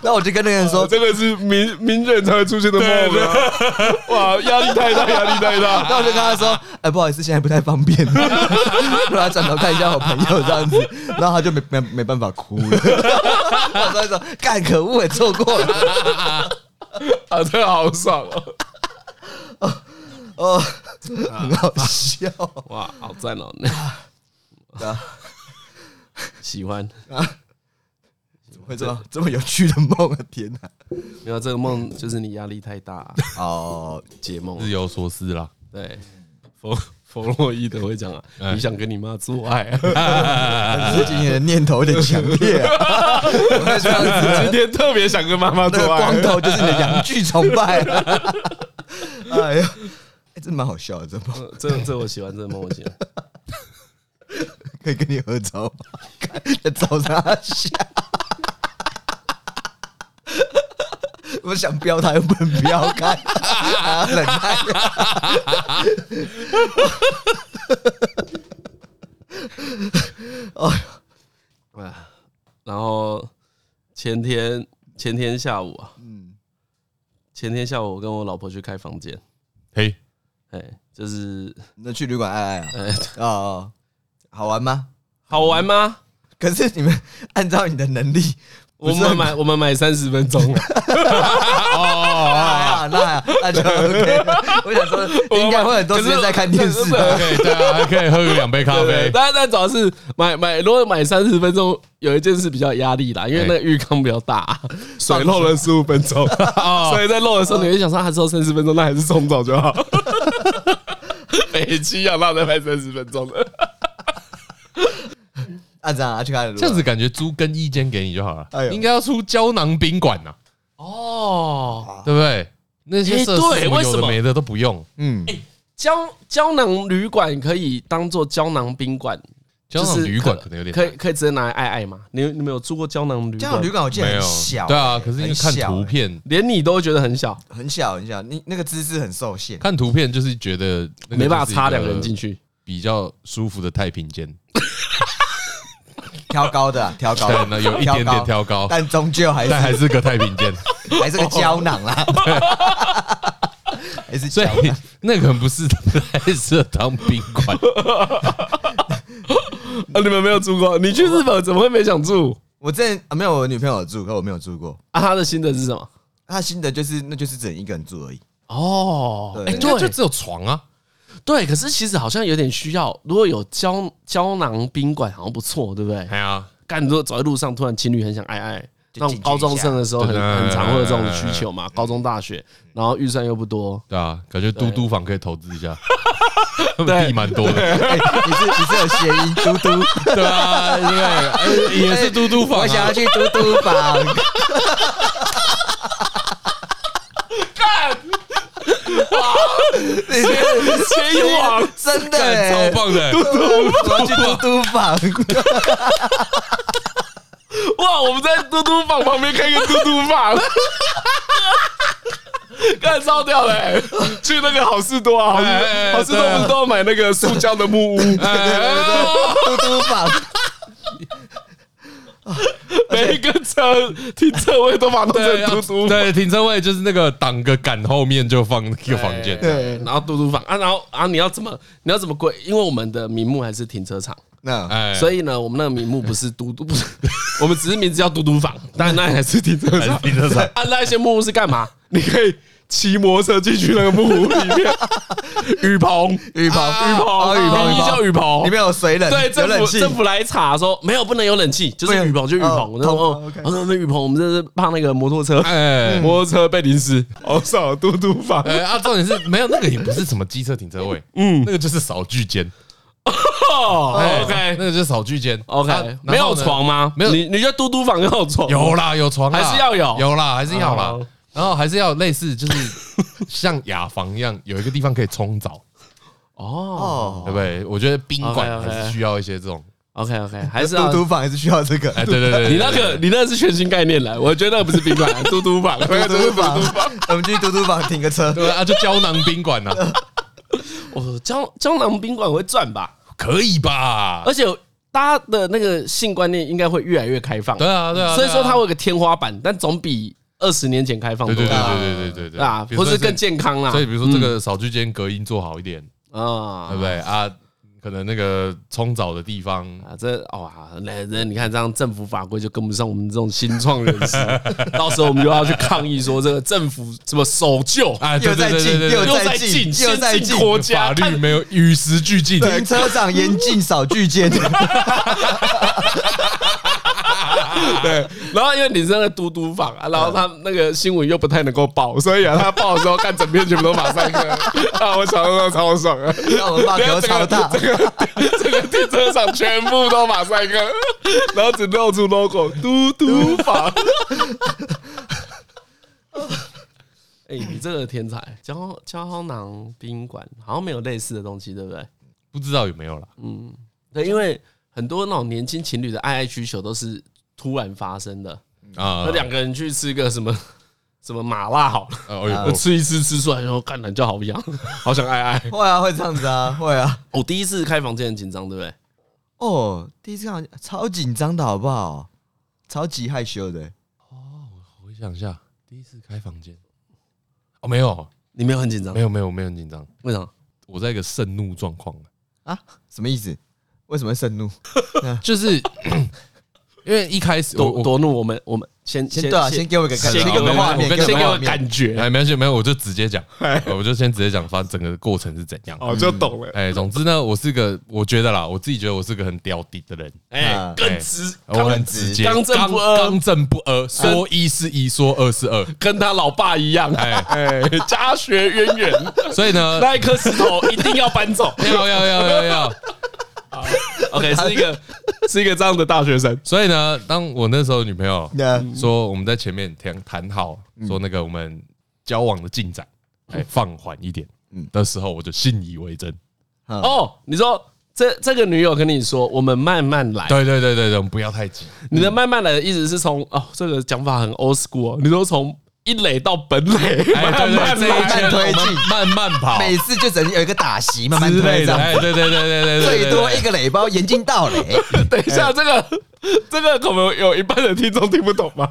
[SPEAKER 1] 那我就跟那个人说，
[SPEAKER 2] 哦这个是名名人才会出现的
[SPEAKER 3] 对
[SPEAKER 2] 梦啊！哇，压力太大，压力太大。 (laughs)
[SPEAKER 1] 那我就跟他说，哎、不好意思，现在不太方便。 (laughs) 后来转头看一下我朋友这样子，然后他就没没没办法哭了。 (laughs) 我说一说，干可恶，也错过了。
[SPEAKER 2] 啊，这个好爽哦！
[SPEAKER 1] 哦，很好笑
[SPEAKER 2] 哇，好赞 (laughs) 哦！
[SPEAKER 1] 啊！
[SPEAKER 2] 喜欢，
[SPEAKER 1] 怎么会这么这么有趣的梦啊？天哪！
[SPEAKER 2] 没有这个梦就是你压力太大、
[SPEAKER 1] 哦，
[SPEAKER 2] 解梦。 (laughs)
[SPEAKER 3] 日有所思啦。
[SPEAKER 2] 对，弗弗洛伊德会讲啊，你想跟你妈做爱、啊， (laughs)
[SPEAKER 1] 但是今天的念头有点强烈、啊。我在这样子
[SPEAKER 2] 今天特别想跟妈妈
[SPEAKER 1] 那
[SPEAKER 2] 做
[SPEAKER 1] 个
[SPEAKER 2] 爱。
[SPEAKER 1] 光头就是你的洋剧崇拜。啊 (laughs) 哎呀，哎，这蛮好笑的，这梦
[SPEAKER 2] 呃 (laughs) 这这我喜欢，这个梦我喜欢。
[SPEAKER 1] 可以跟你合照吗？看在早上下， (laughs) 我想飙他又不能飙，看 (laughs) 啊，冷 (laughs) 淡。哦，
[SPEAKER 2] 啊，然后前天前天下午啊，
[SPEAKER 1] 嗯，
[SPEAKER 2] 前天下午我跟我老婆去开房间，
[SPEAKER 3] 嘿，
[SPEAKER 2] 哎，就是
[SPEAKER 1] 那去旅馆爱爱啊？
[SPEAKER 2] 哎，
[SPEAKER 1] 哦哦，好玩吗？
[SPEAKER 2] 好玩吗？
[SPEAKER 1] 可是你们按照你的能力，
[SPEAKER 2] 我
[SPEAKER 1] 不是
[SPEAKER 2] 们
[SPEAKER 1] 很
[SPEAKER 2] 买 (laughs) 我们买三十分钟啊，
[SPEAKER 3] 哦
[SPEAKER 1] 啊，那那
[SPEAKER 3] (laughs)
[SPEAKER 1] 就 OK 了。我想说，应该会很多时间在看电视吧。
[SPEAKER 3] (laughs) OK，对啊，还可以喝个两杯咖
[SPEAKER 2] 对
[SPEAKER 3] 啡
[SPEAKER 2] 对，。但但主要是买买，如果买三十分钟，有一件事比较有压力啦，因为那个浴缸比较大，哎哦水漏了十五分 (laughs) 钟，所以在漏的时候，你会想说，啊还只有三十分钟，那还是冲澡 (laughs) 就好。北七啊，那再拍三十分钟的，
[SPEAKER 1] 啊，这样啊，去看
[SPEAKER 3] 这样子感觉租更衣间给你就好了
[SPEAKER 1] 哎，呦
[SPEAKER 3] 应该要出胶囊宾馆呐，
[SPEAKER 2] 哦，
[SPEAKER 3] 对不对？那些设
[SPEAKER 2] 哎对
[SPEAKER 3] 施什么
[SPEAKER 2] 为什
[SPEAKER 3] 有的
[SPEAKER 2] 么
[SPEAKER 3] 没的都不用，
[SPEAKER 1] 嗯，
[SPEAKER 3] 哎
[SPEAKER 2] 胶胶囊旅馆可以当做胶囊宾馆，
[SPEAKER 3] 胶
[SPEAKER 2] 就
[SPEAKER 3] 囊
[SPEAKER 2] 是
[SPEAKER 3] 旅馆可能有点
[SPEAKER 2] 可以
[SPEAKER 3] 难
[SPEAKER 2] 可以直接拿来爱爱嘛？你你们有住过胶囊旅
[SPEAKER 1] 这样
[SPEAKER 2] 馆
[SPEAKER 1] 旅？馆我记得
[SPEAKER 3] 没
[SPEAKER 1] 很
[SPEAKER 3] 有
[SPEAKER 1] 小，
[SPEAKER 3] 对啊，可是因为看
[SPEAKER 1] 很小
[SPEAKER 3] 图片，
[SPEAKER 2] 连你都会觉得很小，
[SPEAKER 1] 很小很小，你那个姿势很受限。
[SPEAKER 3] 看图片就是觉得那个
[SPEAKER 2] 没办法
[SPEAKER 3] 就是一
[SPEAKER 2] 插
[SPEAKER 3] 个
[SPEAKER 2] 两个人进去。
[SPEAKER 3] 比较舒服的太平间，
[SPEAKER 1] 挑高的啊，挑高
[SPEAKER 3] (laughs) 对
[SPEAKER 1] 的，，
[SPEAKER 3] 那有一点点挑高，
[SPEAKER 1] 但终究还
[SPEAKER 3] 但还
[SPEAKER 1] 是
[SPEAKER 3] 是哦个太平间，
[SPEAKER 1] (laughs) 还是个胶囊啦，
[SPEAKER 3] (laughs)
[SPEAKER 1] 还是
[SPEAKER 3] 所
[SPEAKER 1] 胶
[SPEAKER 3] 以
[SPEAKER 1] 囊。
[SPEAKER 3] 那个不是 (laughs) 不太适合当宾馆。
[SPEAKER 2] 啊，你们没有住过？你去日本怎么会没想住？
[SPEAKER 1] 我之前啊没有我女朋友有住，可我没有住过。
[SPEAKER 2] 啊，他的心得是什么？
[SPEAKER 1] 她新的就是那就是只能一个人住而
[SPEAKER 3] (laughs)
[SPEAKER 1] 已。
[SPEAKER 2] 哦
[SPEAKER 1] 对
[SPEAKER 2] 哎，
[SPEAKER 3] 它就
[SPEAKER 2] 对
[SPEAKER 3] 只有床啊，
[SPEAKER 2] 对，可是其实好像有点需要，如果有胶胶囊宾馆好像不错，对不对？
[SPEAKER 3] 哎呀，
[SPEAKER 2] 干，你说走在路上，突然情侣很想爱爱，
[SPEAKER 1] 就
[SPEAKER 2] 那种
[SPEAKER 1] 进去
[SPEAKER 2] 高中生的时候很
[SPEAKER 3] 一下
[SPEAKER 2] 很常会有这种需求嘛，高中大学，
[SPEAKER 3] 嗯
[SPEAKER 2] 然后预算又不多，
[SPEAKER 3] 对啊，感觉嘟嘟房可以投资一下，
[SPEAKER 2] 对
[SPEAKER 3] (laughs) 地蛮多的，
[SPEAKER 1] 哎你是你是有谐音嘟嘟，
[SPEAKER 3] 对啊，对不对哎，也是嘟嘟房
[SPEAKER 1] 我想
[SPEAKER 3] 啊
[SPEAKER 1] 要，去嘟嘟房。干！你是
[SPEAKER 2] 先有网
[SPEAKER 1] 真的
[SPEAKER 3] 干
[SPEAKER 1] 欸
[SPEAKER 3] 超棒的，
[SPEAKER 1] 我要去嘟 (laughs) 嘟房，
[SPEAKER 2] 哇！我们在嘟嘟房旁边开个嘟嘟房，干烧掉了、欸。去那个好事多啊，好事
[SPEAKER 3] 哎哎哎
[SPEAKER 2] 好事多
[SPEAKER 3] 对啊
[SPEAKER 2] 不是都要买那个塑胶的木屋？
[SPEAKER 1] 嘟嘟房，
[SPEAKER 2] 每一个车停车位都把它弄
[SPEAKER 3] 对
[SPEAKER 2] 成
[SPEAKER 3] 啊
[SPEAKER 2] 嘟嘟房。
[SPEAKER 3] 对，停车位就是那个挡个杆后面就放一个房间，
[SPEAKER 1] 对，
[SPEAKER 2] 然后嘟嘟房啊，然后啊，你要怎么你要怎么归？因为我们的名目还是停车场，
[SPEAKER 1] 那
[SPEAKER 3] 哎，
[SPEAKER 2] 所以呢，我们那个名目不是嘟嘟，不是，我们只是名字叫嘟嘟房，但那还是停车
[SPEAKER 3] 还是
[SPEAKER 2] 场。
[SPEAKER 3] 停车场。
[SPEAKER 2] 啊，那一些木屋是干嘛？ (laughs) 你可以骑摩托车进去那个木屋里 (laughs) 面，雨棚，
[SPEAKER 1] 雨棚
[SPEAKER 2] 啊雨
[SPEAKER 1] 啊
[SPEAKER 2] 棚，
[SPEAKER 1] 雨棚
[SPEAKER 2] 一叫雨棚
[SPEAKER 1] 里。面有水冷，
[SPEAKER 2] 对，
[SPEAKER 1] 有
[SPEAKER 2] 政
[SPEAKER 1] 冷
[SPEAKER 2] 府
[SPEAKER 1] 气，
[SPEAKER 2] 政府来查说没有不能有冷气，就
[SPEAKER 1] 不
[SPEAKER 2] 是
[SPEAKER 1] 能
[SPEAKER 2] 雨棚就雨棚
[SPEAKER 1] 哦。
[SPEAKER 2] 我那时候
[SPEAKER 1] 同
[SPEAKER 2] 哦
[SPEAKER 1] ，OK
[SPEAKER 2] 我说那雨棚，我们这是怕那个摩托车，
[SPEAKER 3] 哎
[SPEAKER 2] 摩托车被淋湿，好少嘟嘟房。
[SPEAKER 3] 哎啊，重点是没有那个也不是什么机车停车位，嗯，那个就是扫具间哎
[SPEAKER 2] 哦，OK
[SPEAKER 3] 那个就是扫具间
[SPEAKER 2] OK，
[SPEAKER 3] 啊
[SPEAKER 2] 没有床吗？
[SPEAKER 3] 没有
[SPEAKER 2] 你你觉得嘟嘟房有床？
[SPEAKER 3] 有啦，有床啦
[SPEAKER 2] 还是要有
[SPEAKER 3] 有啦，还是要啦
[SPEAKER 2] 哦。
[SPEAKER 3] 然后还是要类似，就是 (laughs) 像雅房一样，有一个地方可以冲澡，
[SPEAKER 2] 哦
[SPEAKER 3] 对
[SPEAKER 1] 哦。
[SPEAKER 3] 不对？我觉得宾馆
[SPEAKER 2] OK，OK
[SPEAKER 3] 还是需要一些这种，
[SPEAKER 2] ，OK OK，还是
[SPEAKER 1] 嘟
[SPEAKER 2] 要
[SPEAKER 1] 嘟房还是需要这个
[SPEAKER 3] 哎，对对对，对
[SPEAKER 2] 你那个你那是全新概念来，我觉得那不是宾 (laughs) 馆，嘟嘟房，
[SPEAKER 1] 嘟嘟房，我们去嘟嘟房停个车，
[SPEAKER 3] 对啊，就 (laughs) 胶囊宾馆呐，
[SPEAKER 2] 哦我胶胶囊宾馆会赚吧？
[SPEAKER 3] 可以吧？
[SPEAKER 2] 而且大家的那个性观念应该会越来越开放，
[SPEAKER 3] 对啊，对啊，
[SPEAKER 2] 所以说它会
[SPEAKER 3] 会，
[SPEAKER 2] 有个天花板，但总比二十年前开放
[SPEAKER 3] 对
[SPEAKER 2] 多
[SPEAKER 3] 对对
[SPEAKER 2] 啦
[SPEAKER 3] 对对对对
[SPEAKER 2] 啊，
[SPEAKER 3] 对，
[SPEAKER 2] 或是更健康啦。
[SPEAKER 3] 所以比如说这个扫具间隔音做好一点，
[SPEAKER 2] 啊，
[SPEAKER 3] 对不对啊？可能那个冲澡的地方，
[SPEAKER 2] 啊，这哇，那那你看这样政府法规就跟不上我们这种新创人士， (laughs) 到时候我们就要去抗议说这个政府什么守
[SPEAKER 3] (laughs)
[SPEAKER 2] 旧，
[SPEAKER 3] 哎，对
[SPEAKER 1] 又在
[SPEAKER 3] 对对
[SPEAKER 1] 进
[SPEAKER 3] 对对，
[SPEAKER 1] 又
[SPEAKER 3] 对
[SPEAKER 2] 又
[SPEAKER 1] 在
[SPEAKER 2] 在
[SPEAKER 1] 进
[SPEAKER 2] 进
[SPEAKER 1] 又在
[SPEAKER 2] 先
[SPEAKER 1] 进
[SPEAKER 2] 进国家
[SPEAKER 3] 法
[SPEAKER 2] 看
[SPEAKER 3] 律没有与时俱进，
[SPEAKER 1] 停车场严禁扫具间，
[SPEAKER 2] 然后因为你是那个嘟嘟房啊，然后他那个新闻又不太能够报，所以啊，他报的时候看整篇全部都马赛克， (laughs) 啊，我想到超爽啊，
[SPEAKER 1] 让我们把头超大。
[SPEAKER 2] 这个停车场全部都马赛克，然后只露出 logo 嘟嘟房。哎、你这个天才，胶胶囊宾馆好像没有类似的东西，对不对？
[SPEAKER 3] 不知道有没有啦。
[SPEAKER 2] 嗯对，因为很多那种年轻情侣的爱爱需求都是突然发生的。
[SPEAKER 3] 啊
[SPEAKER 2] 那，两个人去吃个什么什么麻辣好了，
[SPEAKER 3] 呃哎呦
[SPEAKER 2] 吃一吃吃出来，然后干人就好痒， (laughs) 好想爱 (laughs) 爱。
[SPEAKER 1] 会啊，会这样子啊，会啊。
[SPEAKER 2] 我第一次开房间很紧张，对不对？
[SPEAKER 1] 哦，第一次看好超紧张的好不好？超级害羞的，
[SPEAKER 3] 回想一下，第一次开房间，哦，没有，
[SPEAKER 2] 你没有很紧张
[SPEAKER 3] 没？有，没有，没有很紧张，
[SPEAKER 2] 为什么？
[SPEAKER 3] 我在一个盛怒状况，啊
[SPEAKER 1] 什么意思？为什么会盛怒？
[SPEAKER 3] 就是 (clears throat) 因为一开始我
[SPEAKER 2] 多
[SPEAKER 3] 我
[SPEAKER 2] 多怒，我们我们先
[SPEAKER 1] 先对啊，先给我一个感，
[SPEAKER 2] 先
[SPEAKER 1] 先
[SPEAKER 2] 给
[SPEAKER 1] 给
[SPEAKER 2] 我
[SPEAKER 1] 我
[SPEAKER 2] 们
[SPEAKER 1] 个画面，
[SPEAKER 2] 我
[SPEAKER 1] 给
[SPEAKER 2] 跟先给
[SPEAKER 1] 个
[SPEAKER 2] 我
[SPEAKER 1] 画面。
[SPEAKER 2] 感觉，
[SPEAKER 3] 哎，没关系，没有，我就直接讲，我就先直接讲，发整个过程是怎样。
[SPEAKER 2] 哎哦，就懂了。
[SPEAKER 3] 哎，总之呢，我是个，我觉得啦，我自己觉得我是个很屌底的人，
[SPEAKER 2] 哎
[SPEAKER 1] 啊，
[SPEAKER 2] 更直，
[SPEAKER 3] 我很
[SPEAKER 2] 跟
[SPEAKER 3] 直接，
[SPEAKER 2] 刚正不阿
[SPEAKER 3] 刚正不阿，说一是一，说二是二，
[SPEAKER 2] 跟他老爸一样，
[SPEAKER 3] 哎
[SPEAKER 2] 哎，呃家学渊 (laughs) 源，
[SPEAKER 3] 所以呢，
[SPEAKER 2] 那一颗石头一定要搬走。
[SPEAKER 3] 要要要要要，
[SPEAKER 2] (laughs) OK，是一个是一个这样的大学生，
[SPEAKER 3] 所以呢，当我那时候女朋友
[SPEAKER 1] 那
[SPEAKER 3] 说我们在前面谈谈好，
[SPEAKER 1] 嗯
[SPEAKER 3] 说那个我们交往的进展，哎，放缓一点。
[SPEAKER 1] 嗯
[SPEAKER 3] 的时候我就信以为真，
[SPEAKER 2] 哦，你说这这个女友跟你说，我们慢慢来。
[SPEAKER 3] 对对对对对，我们不要太
[SPEAKER 1] (laughs)
[SPEAKER 3] 急，
[SPEAKER 2] 你的慢慢来的意思是从哦，这个讲法很 old school，、哦、你说从一垒到本垒， (laughs)
[SPEAKER 3] 哎，
[SPEAKER 2] 慢
[SPEAKER 3] 对
[SPEAKER 2] 慢
[SPEAKER 3] 对，这
[SPEAKER 1] 慢慢推
[SPEAKER 2] 来。
[SPEAKER 3] 一圈
[SPEAKER 1] 进
[SPEAKER 3] 我们慢慢跑
[SPEAKER 1] 每次就只能有一个打席，慢慢
[SPEAKER 3] 之
[SPEAKER 1] 推这
[SPEAKER 3] 类的，
[SPEAKER 1] 样，
[SPEAKER 3] 哎，对对对对对对，
[SPEAKER 1] 最多
[SPEAKER 3] 对哦
[SPEAKER 1] 一个垒包，严禁盗垒。
[SPEAKER 2] 等一
[SPEAKER 3] 哎
[SPEAKER 2] 下，这个这个可能有一半的听众听不懂
[SPEAKER 3] (laughs)
[SPEAKER 2] 吧？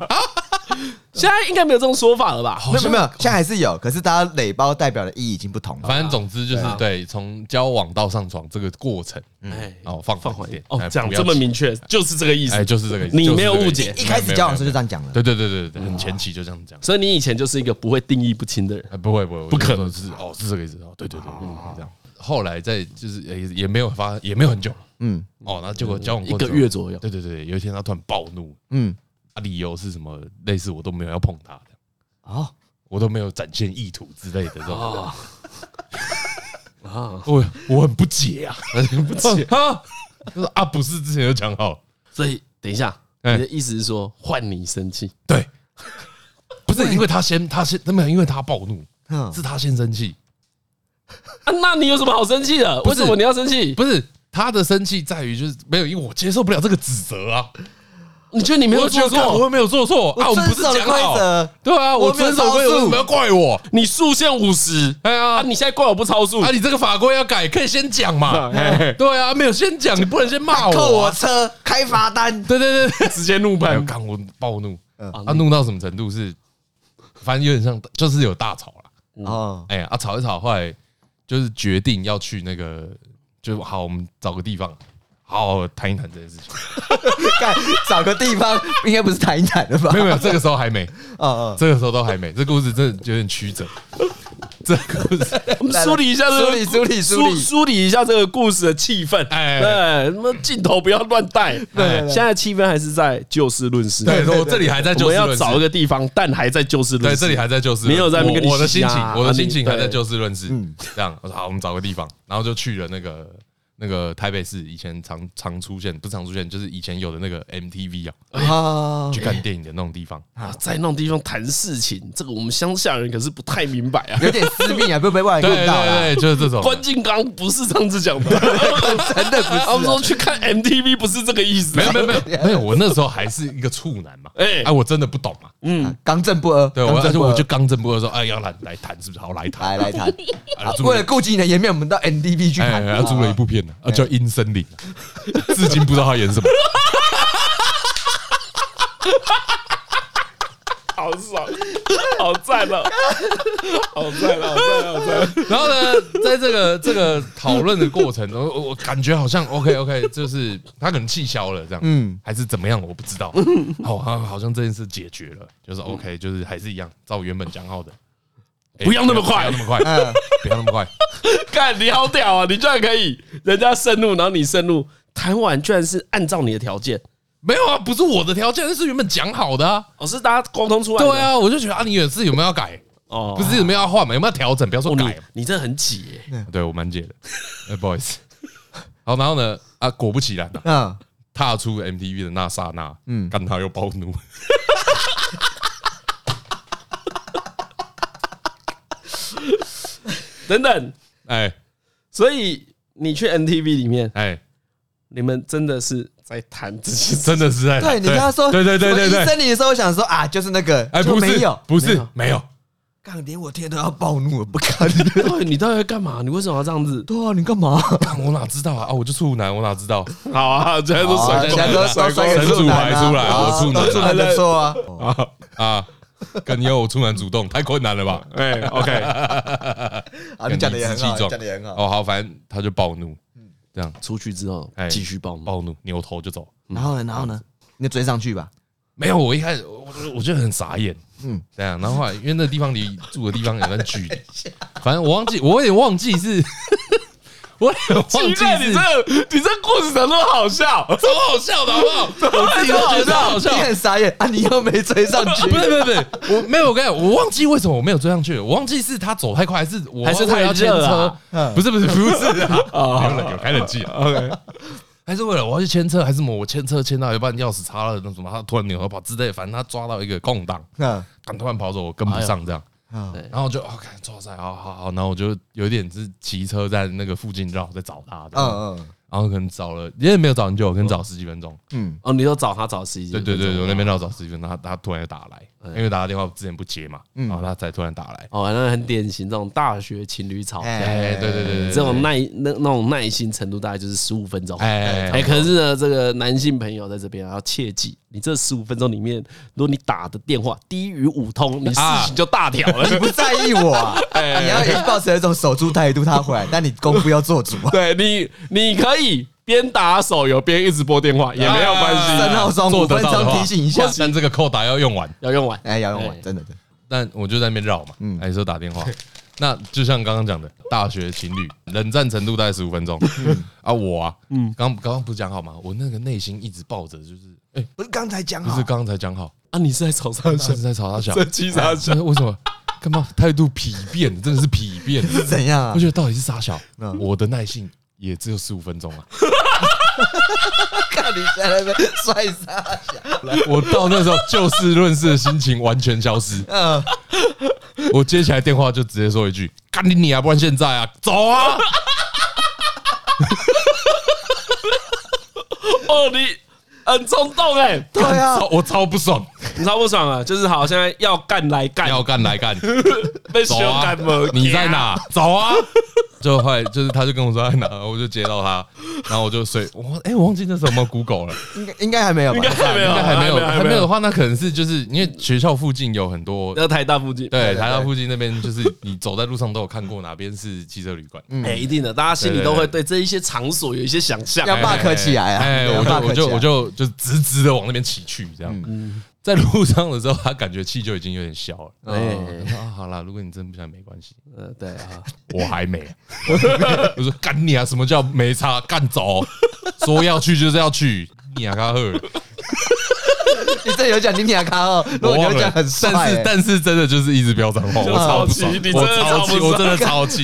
[SPEAKER 2] 现在应该没有这种说法了吧？
[SPEAKER 1] 没有没有，现在还是有，可是大家垒包代表的意义已经不同了。
[SPEAKER 3] 反正总之就是
[SPEAKER 1] 啊
[SPEAKER 3] 对，从交往到上床这个过程，
[SPEAKER 1] 嗯
[SPEAKER 2] 哎，
[SPEAKER 3] 哦，放
[SPEAKER 2] 放
[SPEAKER 3] 放
[SPEAKER 2] 缓
[SPEAKER 3] 缓
[SPEAKER 2] 一
[SPEAKER 3] 一
[SPEAKER 2] 点
[SPEAKER 3] 点，
[SPEAKER 2] 哦，
[SPEAKER 3] 哎
[SPEAKER 2] 讲
[SPEAKER 3] 不要
[SPEAKER 2] 这么
[SPEAKER 3] 急
[SPEAKER 2] 明确，就是这个意思。
[SPEAKER 3] 哎，就是这个意思，
[SPEAKER 2] 你
[SPEAKER 3] 就是
[SPEAKER 2] 没有
[SPEAKER 3] 这个
[SPEAKER 2] 误
[SPEAKER 3] 意思
[SPEAKER 2] 解
[SPEAKER 1] 一开始交往的时候就这，样讲了
[SPEAKER 3] 没有没有没有，对对对对对，很前期就这样讲。
[SPEAKER 2] 所以你以前就是一个不会定义不清的人。
[SPEAKER 3] 哎，不会不会，
[SPEAKER 2] 不可能
[SPEAKER 3] 我就说是哦，是这个意思哦，对对对，嗯这样。后来在就是也也没有发，也没有很久，
[SPEAKER 1] 嗯
[SPEAKER 3] 哦，然后结果交往
[SPEAKER 2] 一
[SPEAKER 3] 过
[SPEAKER 2] 个
[SPEAKER 3] 之后
[SPEAKER 2] 月左右
[SPEAKER 3] 对对对，有一天他突然暴怒，
[SPEAKER 1] 嗯，
[SPEAKER 3] 啊，理由是什么？类似我都没有要碰他的，
[SPEAKER 1] 哦，
[SPEAKER 3] 我都没有展现意图之类的这种。
[SPEAKER 2] 啊啊！。
[SPEAKER 3] 我我很不解啊， (laughs) 很不解
[SPEAKER 2] 啊！
[SPEAKER 3] 他说啊，不是之前就讲好，
[SPEAKER 2] (laughs) 所以等一下，你
[SPEAKER 3] 哎
[SPEAKER 2] 的意思是说换你生气？
[SPEAKER 1] (laughs)
[SPEAKER 3] 对，不是因为他先，他先，没有，因为他暴怒，
[SPEAKER 1] 嗯
[SPEAKER 3] 是他先生气，
[SPEAKER 2] 啊，那你有什么好生气的？为
[SPEAKER 3] 是
[SPEAKER 2] 什么你要生气？
[SPEAKER 3] 不是他的生气在于就是没有，因为我接受不了这个指责啊，
[SPEAKER 2] 你觉得你没有
[SPEAKER 3] 我
[SPEAKER 2] 做
[SPEAKER 3] 就觉得我
[SPEAKER 2] 错？
[SPEAKER 3] 又没有做错啊，我们
[SPEAKER 1] 遵
[SPEAKER 3] 不是
[SPEAKER 1] 守了
[SPEAKER 3] 讲
[SPEAKER 1] 规
[SPEAKER 3] 好。
[SPEAKER 1] 则，
[SPEAKER 3] 对啊，
[SPEAKER 1] 我
[SPEAKER 3] 我
[SPEAKER 1] 没有
[SPEAKER 3] 遵守
[SPEAKER 1] 超
[SPEAKER 3] 规
[SPEAKER 1] 速
[SPEAKER 3] 则，为什么要怪我？
[SPEAKER 2] 你速限五十，
[SPEAKER 3] 哎呀
[SPEAKER 2] 啊，，你现在怪我不超速
[SPEAKER 3] 啊，，你这个法规要改，可以先讲嘛。对啊，没有先讲，你不能先骂
[SPEAKER 1] 扣
[SPEAKER 3] 我
[SPEAKER 1] 我
[SPEAKER 3] 啊。
[SPEAKER 1] 车，开罚单。
[SPEAKER 3] 对对对，
[SPEAKER 2] 直接怒
[SPEAKER 3] 还有
[SPEAKER 2] 喷。
[SPEAKER 3] 哎刚我暴怒，
[SPEAKER 2] 啊
[SPEAKER 1] 嗯
[SPEAKER 3] 他怒到什么程度是，反正有点像，就是有大吵了。
[SPEAKER 1] 哦，
[SPEAKER 3] 哎呀，啊，吵一吵，后来就是决定要去那个，就好，我们找个地方，好好谈一谈这件事情。 (laughs)
[SPEAKER 1] 干找个地方，应该不是台南的吧
[SPEAKER 3] 没？有没有，这个时候还没，
[SPEAKER 1] 哦哦，
[SPEAKER 3] 这个时候都还没，这故事真的有点曲折。这故事， (laughs)
[SPEAKER 2] 我们梳理一下这个，
[SPEAKER 1] 梳理梳理梳理
[SPEAKER 2] 梳理一下这个故事的气氛。
[SPEAKER 3] 哎
[SPEAKER 2] 哎，那么镜头不要乱带。
[SPEAKER 1] 对
[SPEAKER 2] 哎
[SPEAKER 1] 对
[SPEAKER 2] 现在气氛还是在就事论事。
[SPEAKER 3] 对，
[SPEAKER 1] 对
[SPEAKER 3] 我这里还在
[SPEAKER 2] 我
[SPEAKER 3] 就
[SPEAKER 2] 们
[SPEAKER 3] 事论
[SPEAKER 2] 要
[SPEAKER 3] 事，
[SPEAKER 2] 找一个地方，但还在就事论
[SPEAKER 3] 对，
[SPEAKER 2] 事。
[SPEAKER 3] 这里还在就事论事，
[SPEAKER 2] 没有在那边跟你
[SPEAKER 3] 我我的
[SPEAKER 2] 洗
[SPEAKER 3] 心
[SPEAKER 2] 啊
[SPEAKER 3] 情，我的心情
[SPEAKER 2] 啊
[SPEAKER 3] 还
[SPEAKER 2] 你嗯
[SPEAKER 3] 在就事论事。这样，我说好，我们找个地方，然后就去了那个那个台北市以前常常出现，不是常出现，就是以前有的那个 MTV 啊，
[SPEAKER 2] 哦
[SPEAKER 1] 啊
[SPEAKER 3] 去，看电影的那种地方。
[SPEAKER 2] 啊，在那种地方谈事情，这个我们乡下人可是不太明白啊。
[SPEAKER 1] 有点私密啊，会不会外
[SPEAKER 3] 对
[SPEAKER 1] 人
[SPEAKER 3] 对
[SPEAKER 1] 看到啦？
[SPEAKER 3] 对，就是这种。
[SPEAKER 2] 关进刚不是这样子讲的，
[SPEAKER 3] (laughs)
[SPEAKER 2] 真的
[SPEAKER 3] 啊
[SPEAKER 2] 不是。 (laughs) 他们说去看 MTV 不是这个意思。
[SPEAKER 3] 没有没有没 (laughs) 有没有，我那时候还是一个处男嘛，
[SPEAKER 2] 哎
[SPEAKER 3] 哎，我真的不懂嘛。
[SPEAKER 1] 嗯，刚正不阿，
[SPEAKER 3] 对，我
[SPEAKER 1] 刚
[SPEAKER 3] 而
[SPEAKER 1] 正
[SPEAKER 3] 且
[SPEAKER 1] 不
[SPEAKER 3] 我
[SPEAKER 1] 阿
[SPEAKER 3] 就刚正不阿说，哎，要来来谈是不是？好来谈 (laughs)
[SPEAKER 1] 来。来谈。
[SPEAKER 3] 哎
[SPEAKER 1] 好
[SPEAKER 3] 住
[SPEAKER 1] 为了顾及你的颜面，我们到 NDB 啊去
[SPEAKER 3] 哎，
[SPEAKER 1] 谈。
[SPEAKER 3] 哎哎租了一部片，林啊，啊叫阴森林啊，至今不知道他演什么。
[SPEAKER 2] 好爽，好赞哦， (laughs) 好赞哦，好赞哦，好赞哦！
[SPEAKER 3] 然后呢，在这个这个讨论的过程中，我我感觉好像 OK OK，就是他可能气消了这样，嗯，还是怎么样，我不知道。好，好，好像这件事解决了，就是 OK，就是还是一样，照原本讲好的，哎
[SPEAKER 2] 不要那么快
[SPEAKER 3] 不要那么快，不要那么快。
[SPEAKER 2] 看你好屌啊，你居然可以，人家盛怒，然后你盛怒，谈完居然是按照你的条件，
[SPEAKER 3] 没有啊，不是我的条件，是原本讲好的啊。
[SPEAKER 2] 哦，是大家沟通出来的，
[SPEAKER 3] 对啊，我就觉得啊，你有是有没有要改，
[SPEAKER 2] 哦，
[SPEAKER 3] 不是有没有要换嘛，有没有调整？不要说
[SPEAKER 2] 哦，
[SPEAKER 3] 改
[SPEAKER 2] 你
[SPEAKER 3] 嘛，
[SPEAKER 2] 你这很挤耶，
[SPEAKER 3] 对我蛮解的， (laughs) 呃，不好意思。好，然后呢，啊，果不其然啊，
[SPEAKER 1] 嗯，
[SPEAKER 3] 踏出 MTV 的那刹那，嗯，干他又暴怒。 (laughs)
[SPEAKER 2] 等等，
[SPEAKER 3] 哎
[SPEAKER 2] 所以你去 NTV 里面，
[SPEAKER 3] 哎，
[SPEAKER 2] 你们真的是在谈这 (laughs) 些事，
[SPEAKER 3] 真的是在哎
[SPEAKER 1] 对你刚刚说，
[SPEAKER 3] 对对对对
[SPEAKER 1] 医
[SPEAKER 3] 对，
[SPEAKER 1] 生你的时候，我想说啊，就是那个，
[SPEAKER 3] 哎，
[SPEAKER 1] 就
[SPEAKER 3] 不
[SPEAKER 1] 没
[SPEAKER 3] 是
[SPEAKER 1] 有，
[SPEAKER 3] 不是没有，
[SPEAKER 1] 干连我天都要暴怒了，不
[SPEAKER 3] (laughs)
[SPEAKER 1] 敢。
[SPEAKER 2] 到底你到底在干嘛？你为什么要这样子？
[SPEAKER 1] 对啊，你干嘛？
[SPEAKER 3] 干我哪知道啊？啊，我就处男，我哪知道？ (laughs)
[SPEAKER 2] 好啊，现在都
[SPEAKER 1] 啊
[SPEAKER 2] 甩
[SPEAKER 1] 人
[SPEAKER 2] 过
[SPEAKER 1] 家
[SPEAKER 2] 来
[SPEAKER 1] 都
[SPEAKER 2] 了，
[SPEAKER 1] 甩
[SPEAKER 3] 过来
[SPEAKER 1] 给处男啊
[SPEAKER 3] 出来我处男啊
[SPEAKER 1] 都处男的错啊。
[SPEAKER 3] 啊啊！跟你要我处男主动太困难了吧？
[SPEAKER 2] 哎，OK，
[SPEAKER 1] 啊，你讲的也很
[SPEAKER 3] 理直气
[SPEAKER 1] 好，
[SPEAKER 3] 壮
[SPEAKER 1] 讲的也很好。嗯
[SPEAKER 3] 哦，好，反正他就暴怒，这样
[SPEAKER 2] 出去之后
[SPEAKER 3] 哎
[SPEAKER 2] 继续报吗？
[SPEAKER 3] 暴怒，扭头就走。
[SPEAKER 1] 然后呢，然后呢，你追上去吧。
[SPEAKER 3] 没有，我一开始我我我就很傻眼，嗯，这样，然后后来因为那地方离住的地方有段距离，反正我忘记，我有点忘记是， (laughs) 我有点忘
[SPEAKER 2] 奇
[SPEAKER 3] 记
[SPEAKER 2] 怪，你
[SPEAKER 3] 是，
[SPEAKER 2] 这你这故事怎么那么好 (laughs) 笑？
[SPEAKER 3] 超好笑的好不
[SPEAKER 2] (laughs)
[SPEAKER 3] 好？我自己都觉得哎好笑
[SPEAKER 1] 你，很傻眼啊，你又没追上去。
[SPEAKER 3] (laughs) 不是不是不是，我没有，我跟你讲，我忘记为什么我没有追上去了，我忘记是他走太快，还是我
[SPEAKER 2] 还是太
[SPEAKER 3] 为了要牵
[SPEAKER 2] 热
[SPEAKER 3] 车
[SPEAKER 2] 啊？
[SPEAKER 3] 不是不是不
[SPEAKER 2] (laughs)
[SPEAKER 3] 是啊，有冷有开冷气啊。还是为了我要去牵车，还是什么？我牵车牵到一半钥匙插了那什么，他突然扭头跑之类，反正他抓到一个空档，
[SPEAKER 1] 嗯
[SPEAKER 3] 但突然跑走，我跟不
[SPEAKER 2] 哎
[SPEAKER 3] 上这样。
[SPEAKER 1] 嗯
[SPEAKER 3] 然后我就哦，看抓塞，好好好，然后我就有点是骑车在那个附近绕在找他这样，
[SPEAKER 1] 嗯嗯
[SPEAKER 3] 然后可能找了也没有找很久，可能找十几分钟，
[SPEAKER 1] 嗯，
[SPEAKER 2] 哦，你都找他找十一，
[SPEAKER 3] 对对对，我那边要找十几分钟，他他突然就打来，因为打他电话之前不接嘛，然后他才突然打来。
[SPEAKER 2] 哦，那很典型这种大学情侣吵架，
[SPEAKER 3] 哎，对对对对，
[SPEAKER 2] 这种耐那那种耐心程度大概就是十五分钟。
[SPEAKER 3] 哎
[SPEAKER 2] 哎，可是呢，这个男性朋友在这边啊要切记，你这十五分钟里面，如果你打的电话低于五通，你事
[SPEAKER 3] 啊
[SPEAKER 2] 情就大条了。
[SPEAKER 3] (laughs)
[SPEAKER 1] 你不在意我啊？
[SPEAKER 3] 哎
[SPEAKER 1] 你要也保持那种守株态度，他回来，但你功夫要做足
[SPEAKER 3] (laughs)
[SPEAKER 1] 啊。
[SPEAKER 2] 对你，你可以边打手游边一直拨电话，也没有
[SPEAKER 3] 哎
[SPEAKER 2] 关系，啊
[SPEAKER 1] 三号双
[SPEAKER 3] 做
[SPEAKER 1] 五
[SPEAKER 3] 得
[SPEAKER 1] 分
[SPEAKER 3] 到的
[SPEAKER 1] 钟
[SPEAKER 3] 话
[SPEAKER 1] 提醒一下。
[SPEAKER 3] 但这个扣打要用完，
[SPEAKER 2] 要用完。
[SPEAKER 1] 哎，要用完，
[SPEAKER 2] 哎
[SPEAKER 1] 真的真的。
[SPEAKER 3] 但我就在那边绕嘛，还是打电话。 (laughs) 那就像刚刚讲的，大学情 (laughs) 侣冷战程度大概十五分钟啊，我啊，嗯，刚刚刚不是讲好吗？我那个内心一直抱着就是，哎，
[SPEAKER 1] 不是刚才讲
[SPEAKER 3] 不
[SPEAKER 1] 好
[SPEAKER 3] 是，刚刚才讲好，
[SPEAKER 2] 啊，你是在床
[SPEAKER 3] (laughs)
[SPEAKER 2] 上
[SPEAKER 3] 甚至在吵他小，
[SPEAKER 2] 生气啥
[SPEAKER 3] 真的为什么？干嘛态度疲变？真的是疲变。 (laughs)
[SPEAKER 1] 是怎样啊
[SPEAKER 3] 哎我？觉得到底是傻小，
[SPEAKER 1] 嗯
[SPEAKER 3] 我的耐性也只有十五分钟啊。
[SPEAKER 1] 看你在那边摔沙小。
[SPEAKER 3] (laughs) (laughs) 我到那时候就事论事的心情完全消失。
[SPEAKER 1] 嗯，
[SPEAKER 3] 我接起来电话就直接说一句：“干你你啊，不然现在啊，走啊
[SPEAKER 2] 哦，你很冲动哎、！”
[SPEAKER 1] 对啊
[SPEAKER 3] (laughs) 超，我超不爽，
[SPEAKER 2] 你超不爽啊！就是好，现在要干来干，
[SPEAKER 3] 要干来干，
[SPEAKER 2] (laughs) 被
[SPEAKER 3] 走
[SPEAKER 2] 修
[SPEAKER 3] 啊
[SPEAKER 2] 干吗？！
[SPEAKER 3] 你在？哪？ (laughs) 走啊！就后来就是，他就跟我说在哪，我就接到他，然后我就睡，我哎、我忘记那时候有没有 Google
[SPEAKER 2] (laughs)
[SPEAKER 3] 了，
[SPEAKER 1] 应该应该还没有吧
[SPEAKER 2] 应？该还没有，
[SPEAKER 3] 应该还没有，
[SPEAKER 2] 还
[SPEAKER 3] 还没有的。话，那可能是就是因为学校附近有很多
[SPEAKER 2] 要台大附近，
[SPEAKER 3] 对，台大附近那边就是你走在路上都有看过哪边是汽车旅馆。
[SPEAKER 2] 哎、一定的，大家心里都会对这一些场所有一些想象。
[SPEAKER 1] 要骂客气来啊！
[SPEAKER 3] 哎，
[SPEAKER 1] 对
[SPEAKER 3] 我
[SPEAKER 1] 要
[SPEAKER 3] 就
[SPEAKER 1] 骂
[SPEAKER 3] 我
[SPEAKER 1] 客气
[SPEAKER 3] 就
[SPEAKER 1] 来嗯
[SPEAKER 3] 我就就直直的往那边骑去，这样。在路上的时候，他感觉气就已经有点消了。
[SPEAKER 2] 哎
[SPEAKER 3] 我说啊，好啦，如果你真的不想，没关系，
[SPEAKER 2] 呃，对啊，
[SPEAKER 3] 我还没。 (laughs) 我说干你啊，什么叫没差？干走，说要去就是要去，你啊，他喝。
[SPEAKER 1] 你这有讲你俩卡哦，如
[SPEAKER 3] 我
[SPEAKER 1] 果
[SPEAKER 3] 忘
[SPEAKER 1] 有
[SPEAKER 3] 了
[SPEAKER 1] 讲，很帅
[SPEAKER 3] 但
[SPEAKER 1] 欸
[SPEAKER 3] 是，但是真的就是一直飙脏话，我超不爽，
[SPEAKER 2] 你真的
[SPEAKER 3] 我
[SPEAKER 2] 超
[SPEAKER 3] 超
[SPEAKER 2] 不
[SPEAKER 3] 气，
[SPEAKER 2] 爽
[SPEAKER 3] 我真的超气。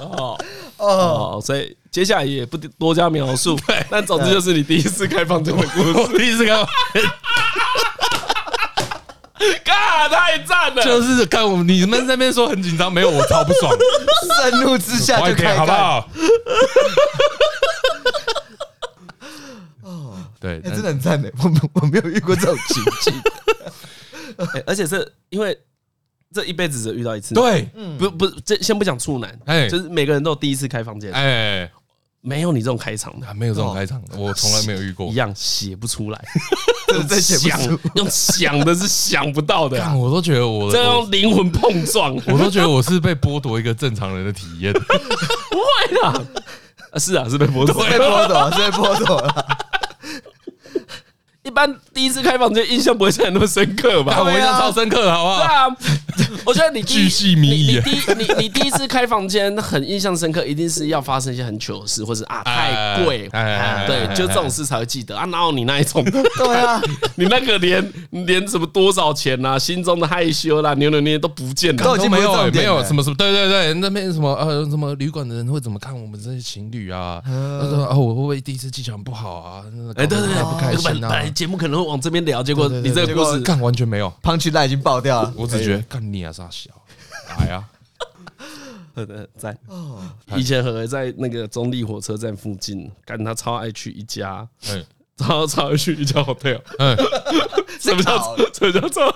[SPEAKER 2] 哦哦，所以接下来也不多加描 (laughs) 述，但总之就是你第一次开房间的故 (laughs) 事，
[SPEAKER 3] 我第一次看到。
[SPEAKER 2] (laughs) 嘎，太赞了！ (laughs)
[SPEAKER 3] 就是看我们你们在那边说很紧张，没有我超不爽，
[SPEAKER 1] 盛怒之下
[SPEAKER 3] 快
[SPEAKER 1] 就
[SPEAKER 3] 点
[SPEAKER 1] 开
[SPEAKER 3] 好不
[SPEAKER 1] 干，
[SPEAKER 3] 好？哦，对，
[SPEAKER 1] 哎
[SPEAKER 3] 但
[SPEAKER 1] 真的很赞的，我我没有遇过这种情境。
[SPEAKER 2] 哎而且是因为这一辈子只遇到一次。，
[SPEAKER 3] 对，
[SPEAKER 2] 不不，这先不讲处男，
[SPEAKER 3] 哎
[SPEAKER 2] 就是每个人都有第一次开房间，
[SPEAKER 3] 哎，
[SPEAKER 2] 没有你这种开场的，
[SPEAKER 3] 啊没有这种开场的，我从来没有遇过
[SPEAKER 2] 一。样写不出 (laughs) 来，
[SPEAKER 3] (laughs)
[SPEAKER 1] 真的写不 (laughs)
[SPEAKER 2] 想
[SPEAKER 1] 出。
[SPEAKER 2] 用想的是想不到的，
[SPEAKER 3] 干，我都觉得我
[SPEAKER 2] 这
[SPEAKER 3] 的，
[SPEAKER 2] 用灵魂碰撞，
[SPEAKER 3] 我我都觉得我是被剥夺一个正常人的体验。
[SPEAKER 2] 不会啦。啊是啊，是被剥夺
[SPEAKER 3] (laughs)
[SPEAKER 1] 被。剥夺，是被剥夺了。
[SPEAKER 2] 一般第一次开房间印象不会像你那么深刻吧？
[SPEAKER 3] 干，我印象超深刻，好不
[SPEAKER 2] 啊对
[SPEAKER 3] 好？
[SPEAKER 2] 啊，我觉得你第一
[SPEAKER 3] 啊巨细靡遗
[SPEAKER 2] 你你第一你你第一次开房间很印象深刻，一定是要发生一些很糗的事，或是啊
[SPEAKER 3] 哎
[SPEAKER 2] 太贵，
[SPEAKER 3] 哎哎哎
[SPEAKER 2] 对
[SPEAKER 3] 哎，哎
[SPEAKER 2] 就这种事才会记得啊。哪有你那一种？
[SPEAKER 1] 对啊，
[SPEAKER 2] (laughs) 你那个连连什么多少钱呐、心中的害羞啦、扭扭捏捏都不见
[SPEAKER 1] 都
[SPEAKER 2] 了
[SPEAKER 1] 已。经
[SPEAKER 3] 没有
[SPEAKER 1] 不是
[SPEAKER 3] 欸
[SPEAKER 1] 重点
[SPEAKER 3] 没有
[SPEAKER 1] 了
[SPEAKER 3] 什么什么，对对对，那边什么呃什么旅馆的人会怎么看我们这些情侣啊？他说哦，我会不会第一次技巧很不好啊？
[SPEAKER 2] 哎，对对对，
[SPEAKER 3] 不开
[SPEAKER 2] 本
[SPEAKER 3] 心
[SPEAKER 2] 本
[SPEAKER 3] 啊
[SPEAKER 2] 来？节目可能会往这边聊，结果
[SPEAKER 3] 对对
[SPEAKER 2] 你这个
[SPEAKER 1] 结
[SPEAKER 2] 故
[SPEAKER 1] 果
[SPEAKER 2] 事
[SPEAKER 3] 干完全没有，
[SPEAKER 1] 胖曲带已经爆掉了。
[SPEAKER 3] 我只觉得干你啊傻小，来啊！
[SPEAKER 2] 很很在。
[SPEAKER 1] 哦
[SPEAKER 2] 以前何在那个中立火车站附近，干他超爱去一家，
[SPEAKER 3] 嗯
[SPEAKER 2] 超超爱去一家 hotel。
[SPEAKER 3] 嗯
[SPEAKER 2] 什么叫什么叫超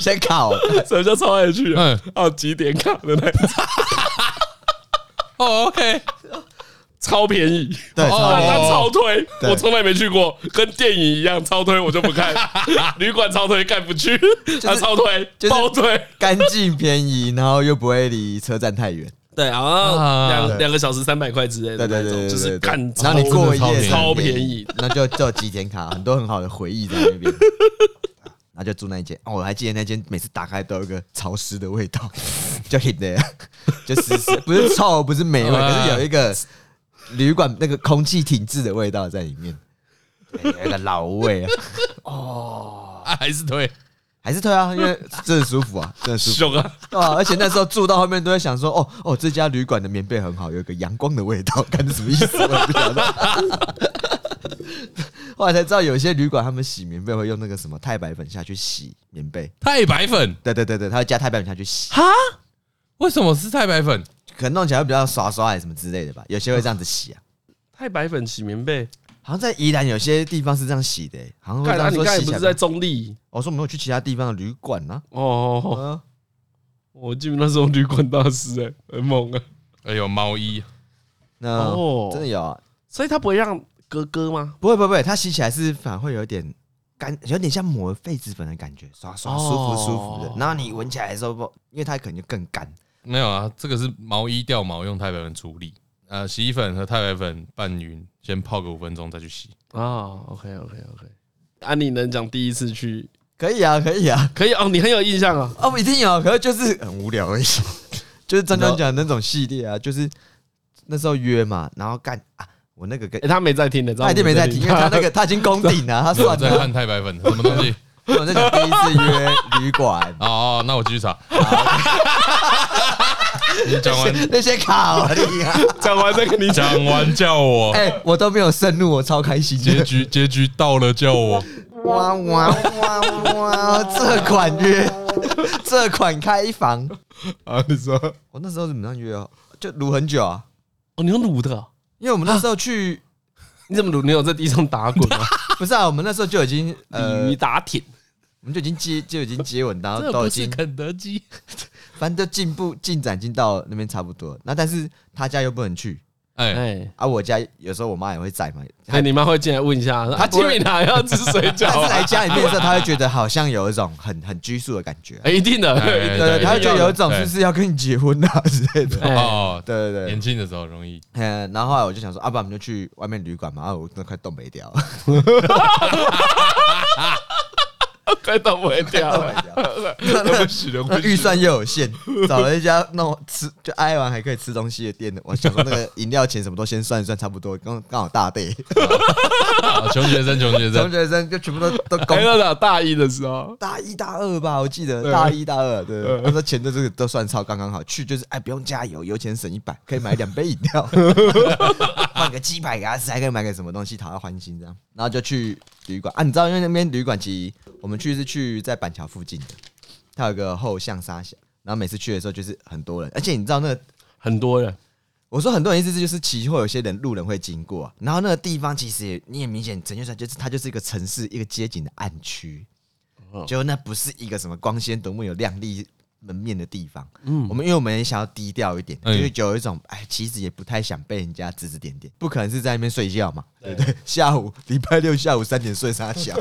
[SPEAKER 1] 先
[SPEAKER 2] (laughs)
[SPEAKER 1] 考，
[SPEAKER 2] 什么叫超爱去啊？
[SPEAKER 3] 嗯
[SPEAKER 2] 啊，几点卡的那一种，
[SPEAKER 3] 哦，OK，
[SPEAKER 2] (laughs) 超便宜。
[SPEAKER 1] 对，
[SPEAKER 3] 哦
[SPEAKER 2] 啊，他
[SPEAKER 1] 超
[SPEAKER 2] 超推，
[SPEAKER 1] 对
[SPEAKER 2] 我从来没去过，跟电影一样，超推我就不看， (laughs) 旅馆超推干不去，他超推
[SPEAKER 1] 就是
[SPEAKER 2] 包推，
[SPEAKER 1] 干净便宜，然后又不会离车站太远。
[SPEAKER 2] 对，然后两
[SPEAKER 1] 对
[SPEAKER 2] 两个小时三百块之类
[SPEAKER 1] 对
[SPEAKER 2] 的
[SPEAKER 1] 对
[SPEAKER 2] 那
[SPEAKER 1] 对
[SPEAKER 2] 种，
[SPEAKER 1] 对，
[SPEAKER 2] 就是
[SPEAKER 1] 对对
[SPEAKER 2] 干
[SPEAKER 1] 然
[SPEAKER 2] 超
[SPEAKER 1] 后你过一
[SPEAKER 3] 真的
[SPEAKER 1] 夜
[SPEAKER 2] 超
[SPEAKER 1] 超
[SPEAKER 2] 便
[SPEAKER 1] 便
[SPEAKER 2] 宜
[SPEAKER 1] 宜，那就就有吉田卡，很多很好的回忆在
[SPEAKER 2] (laughs)
[SPEAKER 1] 那边。然后就住那一间，哦，我还记得那间每次打开都有一个潮湿的味道， (laughs) 就 hit 的， (laughs) 就湿湿，不是臭，不是霉味，
[SPEAKER 3] 啊
[SPEAKER 1] 可是有一个旅馆那个空气停滞的味道在里面，对有一个老味啊，
[SPEAKER 3] 啊还是对，
[SPEAKER 1] 还是推啊，因为真的舒服啊，真的舒服。
[SPEAKER 2] 凶啊！
[SPEAKER 1] 对啊，而且那时候住到后面都在想说，哦哦，这家旅馆的棉被很好，有一个阳光的味道，看什么意思？我也不晓得。 (laughs) 后来才知道，有些旅馆他们洗棉被会用那个什么太白粉下去洗棉被，
[SPEAKER 3] 太白粉
[SPEAKER 1] 对对对对，他会加太白粉下去洗，
[SPEAKER 2] 哈，
[SPEAKER 3] 为什么是太白粉？
[SPEAKER 1] 可能弄起来会比较刷刷还是什么之类的吧。有些会这样子洗啊，
[SPEAKER 2] 太白粉洗棉被，
[SPEAKER 1] 好像在宜兰有些地方是这样洗的、欸好像会
[SPEAKER 2] 看
[SPEAKER 1] 这
[SPEAKER 2] 啊，
[SPEAKER 1] 样
[SPEAKER 2] 你
[SPEAKER 1] 说
[SPEAKER 2] 刚才
[SPEAKER 1] 洗
[SPEAKER 2] 不
[SPEAKER 1] 起
[SPEAKER 2] 是
[SPEAKER 1] 来
[SPEAKER 2] 在
[SPEAKER 1] 比较。
[SPEAKER 2] 中立
[SPEAKER 1] 我说我没有去其他地方的旅馆啊，
[SPEAKER 2] 哦哦哦。
[SPEAKER 1] 嗯，
[SPEAKER 2] 我记得那时候旅馆大师哎、很猛啊！
[SPEAKER 3] 哎呦，毛衣
[SPEAKER 1] 那
[SPEAKER 2] 哦
[SPEAKER 1] 真的有啊，
[SPEAKER 2] 所以他不会让哥哥吗？
[SPEAKER 1] 不会不会不会，它洗起来是反而会有点干，有点像抹痱子粉的感觉，刷刷舒服舒服
[SPEAKER 2] 哦
[SPEAKER 1] 的。然后你闻起来的时候，不，因为它可能就更干。
[SPEAKER 3] 没有啊？这个是毛衣掉毛用太白粉处理，呃，洗衣粉和太白粉拌匀，先泡个五分钟再去洗。
[SPEAKER 2] 啊、o k OK OK，啊，你能讲第一次去
[SPEAKER 1] 可以啊，可以啊，
[SPEAKER 2] 可以哦，你很有印象啊。
[SPEAKER 1] 哦，我一定有，可是就是很无聊而已。 (laughs) 就是张张讲的那种系列啊，就是那时候约嘛，然后干啊，我那个跟
[SPEAKER 2] 哎、他没在听的，知道
[SPEAKER 1] 他
[SPEAKER 2] 吗
[SPEAKER 1] 一定没在听，因为啊他那个 (laughs) 他已经攻顶了，他
[SPEAKER 3] 我
[SPEAKER 1] 啊算
[SPEAKER 3] 在
[SPEAKER 1] 了。
[SPEAKER 3] 看太白粉什么东西？
[SPEAKER 1] 我在讲第一次约旅馆，
[SPEAKER 3] 哦哦，那我继续查。你讲完，
[SPEAKER 1] (laughs) 那些卡 (laughs) 好厉害，
[SPEAKER 2] 讲完再跟你讲。
[SPEAKER 3] 讲完叫我，
[SPEAKER 1] (laughs) 哎，我都没有盛怒，我超开心的。
[SPEAKER 3] 结局结局到了叫我。
[SPEAKER 1] 哇哇哇哇！这款约，这款开房，
[SPEAKER 3] 啊，你说
[SPEAKER 1] 我那时候怎么样约啊？就撸很久啊，
[SPEAKER 2] (laughs) 哦，你用卤的哦、
[SPEAKER 1] 因为我们那时候去，
[SPEAKER 2] 你怎么卤？你有在地上打滚吗？
[SPEAKER 1] 不是啊，我们那时候就已经 (laughs) 呃
[SPEAKER 2] 鲤鱼，打挺，
[SPEAKER 1] 我们就已经接就已经接吻，然后都已经，
[SPEAKER 3] 肯德基，
[SPEAKER 1] 反正就进步进展已经到那边差不多了。那但是他家又不能去
[SPEAKER 3] 哎，
[SPEAKER 2] 哎、
[SPEAKER 1] 啊，我家有时候我妈也会在嘛，
[SPEAKER 2] 那你妈会进来问一下，啊，
[SPEAKER 1] 不
[SPEAKER 2] 金
[SPEAKER 1] 会
[SPEAKER 2] 敏还 (laughs) 要吃水饺、
[SPEAKER 1] 但是来
[SPEAKER 2] 啊？
[SPEAKER 1] 家里面的时候，她会觉得好像有一种很很拘束的感觉啊，
[SPEAKER 2] 哎、一定的，
[SPEAKER 3] 哎
[SPEAKER 2] 一
[SPEAKER 1] 对，
[SPEAKER 2] 定的
[SPEAKER 1] 她会觉得有一种
[SPEAKER 3] 对
[SPEAKER 1] 是不是要跟你结婚啊之类的，
[SPEAKER 2] 哎
[SPEAKER 3] 哦，
[SPEAKER 1] 对对对，
[SPEAKER 3] 年轻的时候容易，
[SPEAKER 1] 嗯，然后后来我就想说，啊，不然我们就去外面旅馆嘛，啊，我真的快冻没 (laughs) 掉，
[SPEAKER 2] (laughs) 快到我掉
[SPEAKER 1] 冻
[SPEAKER 2] 了
[SPEAKER 1] 没。掉，
[SPEAKER 2] (laughs)
[SPEAKER 3] 对不起，对不
[SPEAKER 1] 那
[SPEAKER 3] 起
[SPEAKER 1] 预算又有限，找了一家那种吃就挨完还可以吃东西的店，我想说那个饮料钱什么都先算一算，差不多刚刚好大 (laughs) 对，
[SPEAKER 3] 啊穷学生，穷学
[SPEAKER 1] 同 (laughs)
[SPEAKER 3] 生，
[SPEAKER 1] 学生就全部都都
[SPEAKER 2] 哎、
[SPEAKER 1] 公
[SPEAKER 2] 那那大一的时候，
[SPEAKER 1] 大一大二吧，我记得大一大二，对，他说钱的这个都算超刚刚好，去就是哎不用加油，油钱省一百，可以买两杯饮料， (laughs) 换个鸡排给他吃，还可以买个什么东西讨他欢心这样，然后就去旅馆啊，你知道因为那边旅馆其实我们去是去在板桥附近的，它有个后巷沙小，然后每次去的时候就是很多人，而且你知道那个
[SPEAKER 2] 很多人，
[SPEAKER 1] 我说很多人意思就是，其实会有些人路人会经过、然后那个地方其实也你也明显呈现出来，就是它就是一个城哦市一个街景的暗区，就那不是一个什么光鲜夺目有亮丽门面的地方。嗯，我们因为我们也想要低调一点，就
[SPEAKER 3] 嗯
[SPEAKER 1] 是有一种哎，其实也不太想被人家指指点点，不可能是在那边睡觉嘛，对不对？ (laughs) 下午礼拜六下午三点睡啥 (laughs) 小？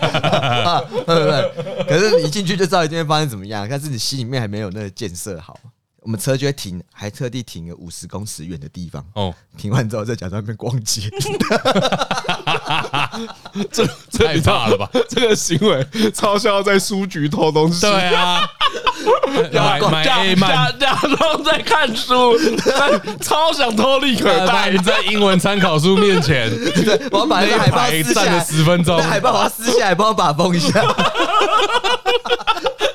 [SPEAKER 1] 啊对不对？可是你一进去就知道一定会发生怎么样，但是你心里面还没有那个建设好。我们车就会停，还特地停个五十公尺远的地方，
[SPEAKER 3] 哦，
[SPEAKER 1] 停完之后再假装在那边逛
[SPEAKER 3] (laughs)
[SPEAKER 1] 街。
[SPEAKER 2] 这这
[SPEAKER 3] 太怕 (laughs) 了吧？
[SPEAKER 2] (laughs) 这个行为超像在书局偷东西，哎
[SPEAKER 3] 对 (laughs) 啊，买买
[SPEAKER 2] 假
[SPEAKER 3] A
[SPEAKER 2] 假
[SPEAKER 3] 漫，
[SPEAKER 2] 假装在看书，但超想偷立可带
[SPEAKER 3] 摆。在英文参考书面前，
[SPEAKER 1] 对，我要把那个海报
[SPEAKER 3] 那一排
[SPEAKER 1] 撕下
[SPEAKER 3] 站
[SPEAKER 1] 来，
[SPEAKER 3] 了10分钟
[SPEAKER 1] 那海报我要撕下来，帮我把风一下。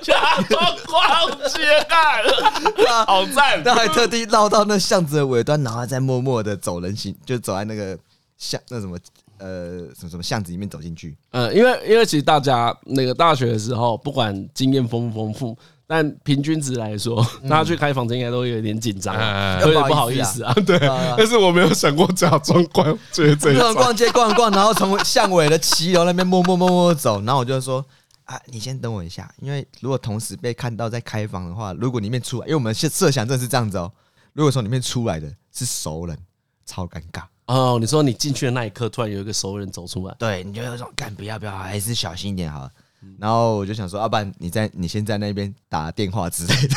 [SPEAKER 2] 假装逛街 (laughs) 看，好赞！
[SPEAKER 1] 然后还特地绕到那巷子的尾端，然后再默默的走人行，就走在那个巷那什么呃什么什么巷子里面走进去。
[SPEAKER 2] 呃，因为因为其实大家那个大学的时候，不管经验丰不丰富，但平均值来说，
[SPEAKER 1] 嗯
[SPEAKER 2] (laughs) 大家去开房间应该都会有点紧张啊，
[SPEAKER 3] 嗯
[SPEAKER 2] 有点不好意思啊。对
[SPEAKER 1] 啊
[SPEAKER 2] (laughs) 但是我没有想过假装逛
[SPEAKER 1] (laughs)
[SPEAKER 2] 街这一
[SPEAKER 1] 逛逛街逛逛，然后从巷尾的骑楼那边默默默默走，然后我就说。啊，你先等我一下，因为如果同时被看到在开房的话，如果里面出来，因为我们设设想正是这样子哦。如果从里面出来的是熟人，超尴尬。
[SPEAKER 2] 哦，你说你进去的那一刻，突然有一个熟人走出来，
[SPEAKER 1] 对，你就有种干不要不要，还是小心一点好了。然后我就想说，要、不然你在你先在那边打电话之类的。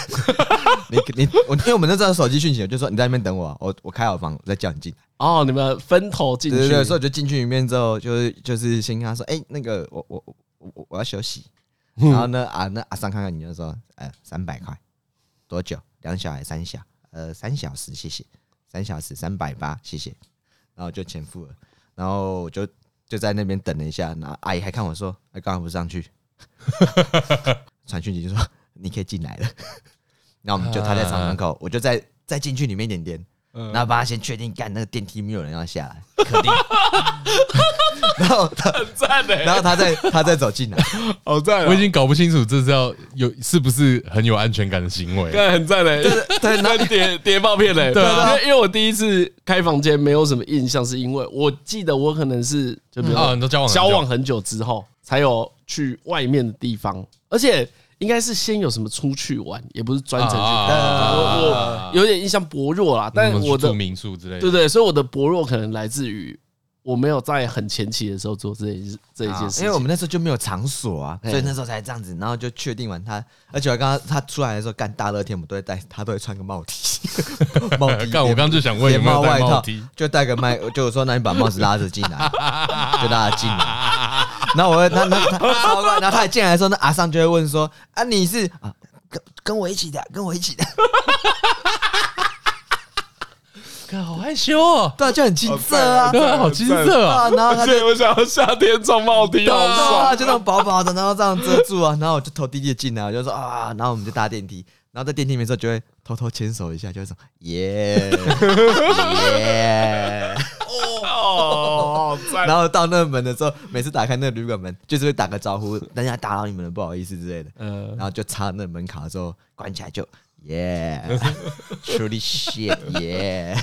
[SPEAKER 1] (laughs) 你你我，因为我们那时候有手机讯息，我就说你在那边等我啊、我我开好房，我再叫你进来。
[SPEAKER 2] 哦，你们分头进去，
[SPEAKER 1] 对对对，所以我就进去里面之后，就是就是先跟他说，哎、那个我我我我我要休息。
[SPEAKER 2] 嗯
[SPEAKER 1] 然后呢啊，那阿三看看你就说，呃，三百块，多久？两小还三小？呃，三小时，谢谢。三小时三百八，谢谢。然后就钱付了，然后我就就在那边等了一下，然后阿姨还看我说，哎，刚刚不是上去， (laughs) 传讯息就说你可以进来了。 (laughs) 那我们就他在厂门口，我就再再进去里面一点点，
[SPEAKER 2] 嗯
[SPEAKER 1] 然后把他先确定，干那个电梯没有人要下来，肯定。然后他，
[SPEAKER 2] 很赞的，
[SPEAKER 1] (laughs) 然后他再他再走进来，
[SPEAKER 2] 好赞啊
[SPEAKER 3] 我已经搞不清楚这是要有是不是很有安全感的行为。
[SPEAKER 2] 对，很赞欸嘞，
[SPEAKER 1] 对
[SPEAKER 2] 那 (laughs) 谍谍报片嘞，
[SPEAKER 3] 对啊
[SPEAKER 2] 因为因为我第一次开房间没有什么印象，是因为我记得我可能是就比如
[SPEAKER 3] 啊，
[SPEAKER 2] 说
[SPEAKER 3] 你都交往很久
[SPEAKER 2] 交往很久之后才有去外面的地方，而且应该是先有什么出去玩，也不是
[SPEAKER 3] 啊
[SPEAKER 2] 专程去。我我有点印象薄弱啦，但
[SPEAKER 3] 我啊嗯们去
[SPEAKER 2] 我的
[SPEAKER 3] 住民宿之类
[SPEAKER 2] 对
[SPEAKER 3] 的，
[SPEAKER 2] 对，所以我的薄弱可能来自于我没有在很前期的时候做这一件这一件事
[SPEAKER 1] 啊
[SPEAKER 2] 情，
[SPEAKER 1] 因为我们那时候就没有场所啊，
[SPEAKER 2] 嘿
[SPEAKER 1] 所以那时候才这样子，然后就确定完他，而且我刚刚他出来的时候，干大热天，我们都会带，他都会穿个帽 T，帽 T，
[SPEAKER 3] 呃干我刚刚就想问
[SPEAKER 1] 连
[SPEAKER 3] 有没
[SPEAKER 1] 帽
[SPEAKER 3] 有
[SPEAKER 1] 外
[SPEAKER 3] 戴帽
[SPEAKER 1] 套
[SPEAKER 3] T，
[SPEAKER 1] 就戴个麦，就说那你把帽子拉着进来，就拉他进来。然后我那那他超怪，然后他一进来的时候，那阿尚就会问说啊你是啊跟跟我一起的，跟我一起的，
[SPEAKER 3] 干好害羞哦，
[SPEAKER 1] 对啊，就很青涩啊，
[SPEAKER 3] 对啊，好青涩
[SPEAKER 1] 啊，
[SPEAKER 3] 啊，
[SPEAKER 1] 然后他
[SPEAKER 2] 而
[SPEAKER 1] 就
[SPEAKER 2] 且我想要夏天穿帽 T 好
[SPEAKER 1] 对
[SPEAKER 2] 爽，
[SPEAKER 1] 啊，就那种薄薄的，然后这样遮住啊，然后我就偷滴滴地进来，我就说啊，然后我们就搭电梯，然后在电梯里面的时候就会偷偷牵手一下，就会说耶耶，
[SPEAKER 2] 哦，赞
[SPEAKER 1] 然后到那个门的时候，每次打开那个旅馆门，就是会打个招呼，大家打扰你们了，不好意思之类的，
[SPEAKER 2] 呃
[SPEAKER 1] 然，后就插那门卡之后关起来就耶，truly shit 耶。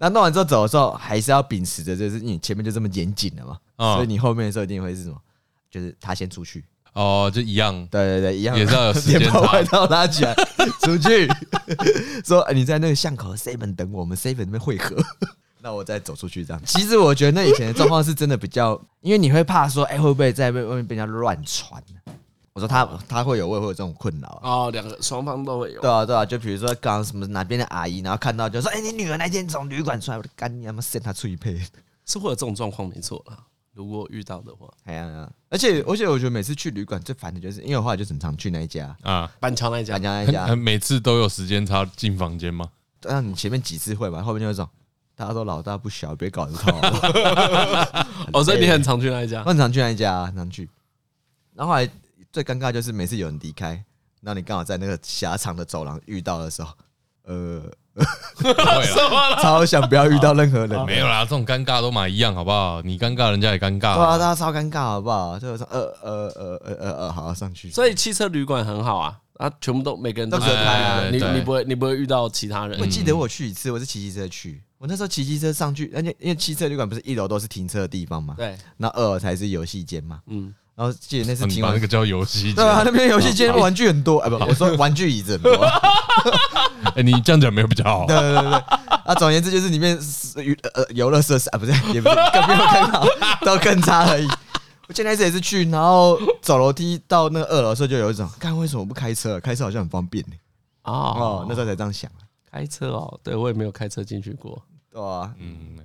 [SPEAKER 1] 那弄完之后走的时候，还是要秉持着，就是你前面就这么严谨了嘛，
[SPEAKER 3] 嗯
[SPEAKER 1] 所以你后面的时候一定会是什么？就是他先出去，
[SPEAKER 3] 哦，就一样，
[SPEAKER 1] 对对对，一样
[SPEAKER 3] 也是要有
[SPEAKER 1] (laughs)
[SPEAKER 3] 时间
[SPEAKER 1] 连把
[SPEAKER 3] 差啊
[SPEAKER 1] 外套拉起
[SPEAKER 3] (laughs)
[SPEAKER 1] 来啊出去， (laughs) 说哎你在那个巷口的 seven 等我，我们 seven 那边汇合， (laughs) 那我再走出去这样。其实我觉得那以前的状况是真的比较，因为你会怕说，哎、会不会在外面被人家乱传？我说他他会有，我也会有这种困扰啊。
[SPEAKER 2] 哦，两个双方都会有
[SPEAKER 1] 对。啊，对啊，就比如说刚刚什么哪边的阿姨，然后看到就说：“哎、你女儿那天从旅馆出来，我的干你他妈扇她脆配。 (laughs)
[SPEAKER 2] 是会有这种状况，没错啦。如果遇到的话，”
[SPEAKER 1] 哎呀呀！而且而且，我觉得每次去旅馆最烦的就是，因为我后来就很常去那一家，
[SPEAKER 3] 啊。
[SPEAKER 2] 板桥那一家
[SPEAKER 1] 讲，那一
[SPEAKER 3] 很
[SPEAKER 1] 家，
[SPEAKER 3] 很呃每次都有时间差进房间吗？
[SPEAKER 1] 让啊你前面几次会吧，后面就有一种大家都老大不小，别搞这套。
[SPEAKER 2] 哦，所以你很常去那一家
[SPEAKER 1] 我，很常去那一家、啊，很常去。然后后来最尴尬就是每次有人离开，然后你刚好在那个狭长的走廊遇到的时候，呃，
[SPEAKER 3] 不会啦
[SPEAKER 2] (laughs)
[SPEAKER 1] 超想不要遇到任何人，
[SPEAKER 3] 没有啦，这种尴尬都买一样好不好？你尴尬，人家也尴
[SPEAKER 1] 对啊，
[SPEAKER 3] 尬。
[SPEAKER 1] 大家超尴尬，好不好？就有说呃呃呃呃呃呃，好上去。
[SPEAKER 2] 所以汽车旅馆很好啊，啊，全部都每个人
[SPEAKER 1] 都
[SPEAKER 2] 是
[SPEAKER 1] 隔开啊
[SPEAKER 2] 你
[SPEAKER 3] 对
[SPEAKER 2] 你不会你不会遇到其他人
[SPEAKER 1] 我，记得我去一次，我是骑机车去。我那时候骑机车上去，而且因为汽车旅馆不是一楼都是停车的地方嘛，
[SPEAKER 2] 对，
[SPEAKER 1] 那二楼才是游戏间嘛。
[SPEAKER 2] 嗯，
[SPEAKER 1] 然后记得那次
[SPEAKER 3] 哦你
[SPEAKER 1] 停
[SPEAKER 3] 把
[SPEAKER 1] 完
[SPEAKER 3] 那个叫游戏机。
[SPEAKER 1] 对啊，那边游戏间玩具很多，哎，不，我说玩具椅子很多。
[SPEAKER 3] 哎，你这样讲没有比较好
[SPEAKER 1] 对。对对对，啊，总而言之就是里面是娱呃游乐设施啊，不是，也不是更没有更好，都更差而已。我前那次也是去，然后走楼梯到那个二楼的时候，就有一种，看为什么我不开车？开车好像很方便呢。哦
[SPEAKER 2] 哦，，
[SPEAKER 1] 那时候才这样想，啊
[SPEAKER 2] 开车哦，对我也没有开车进去过。
[SPEAKER 1] 对啊，
[SPEAKER 3] 嗯，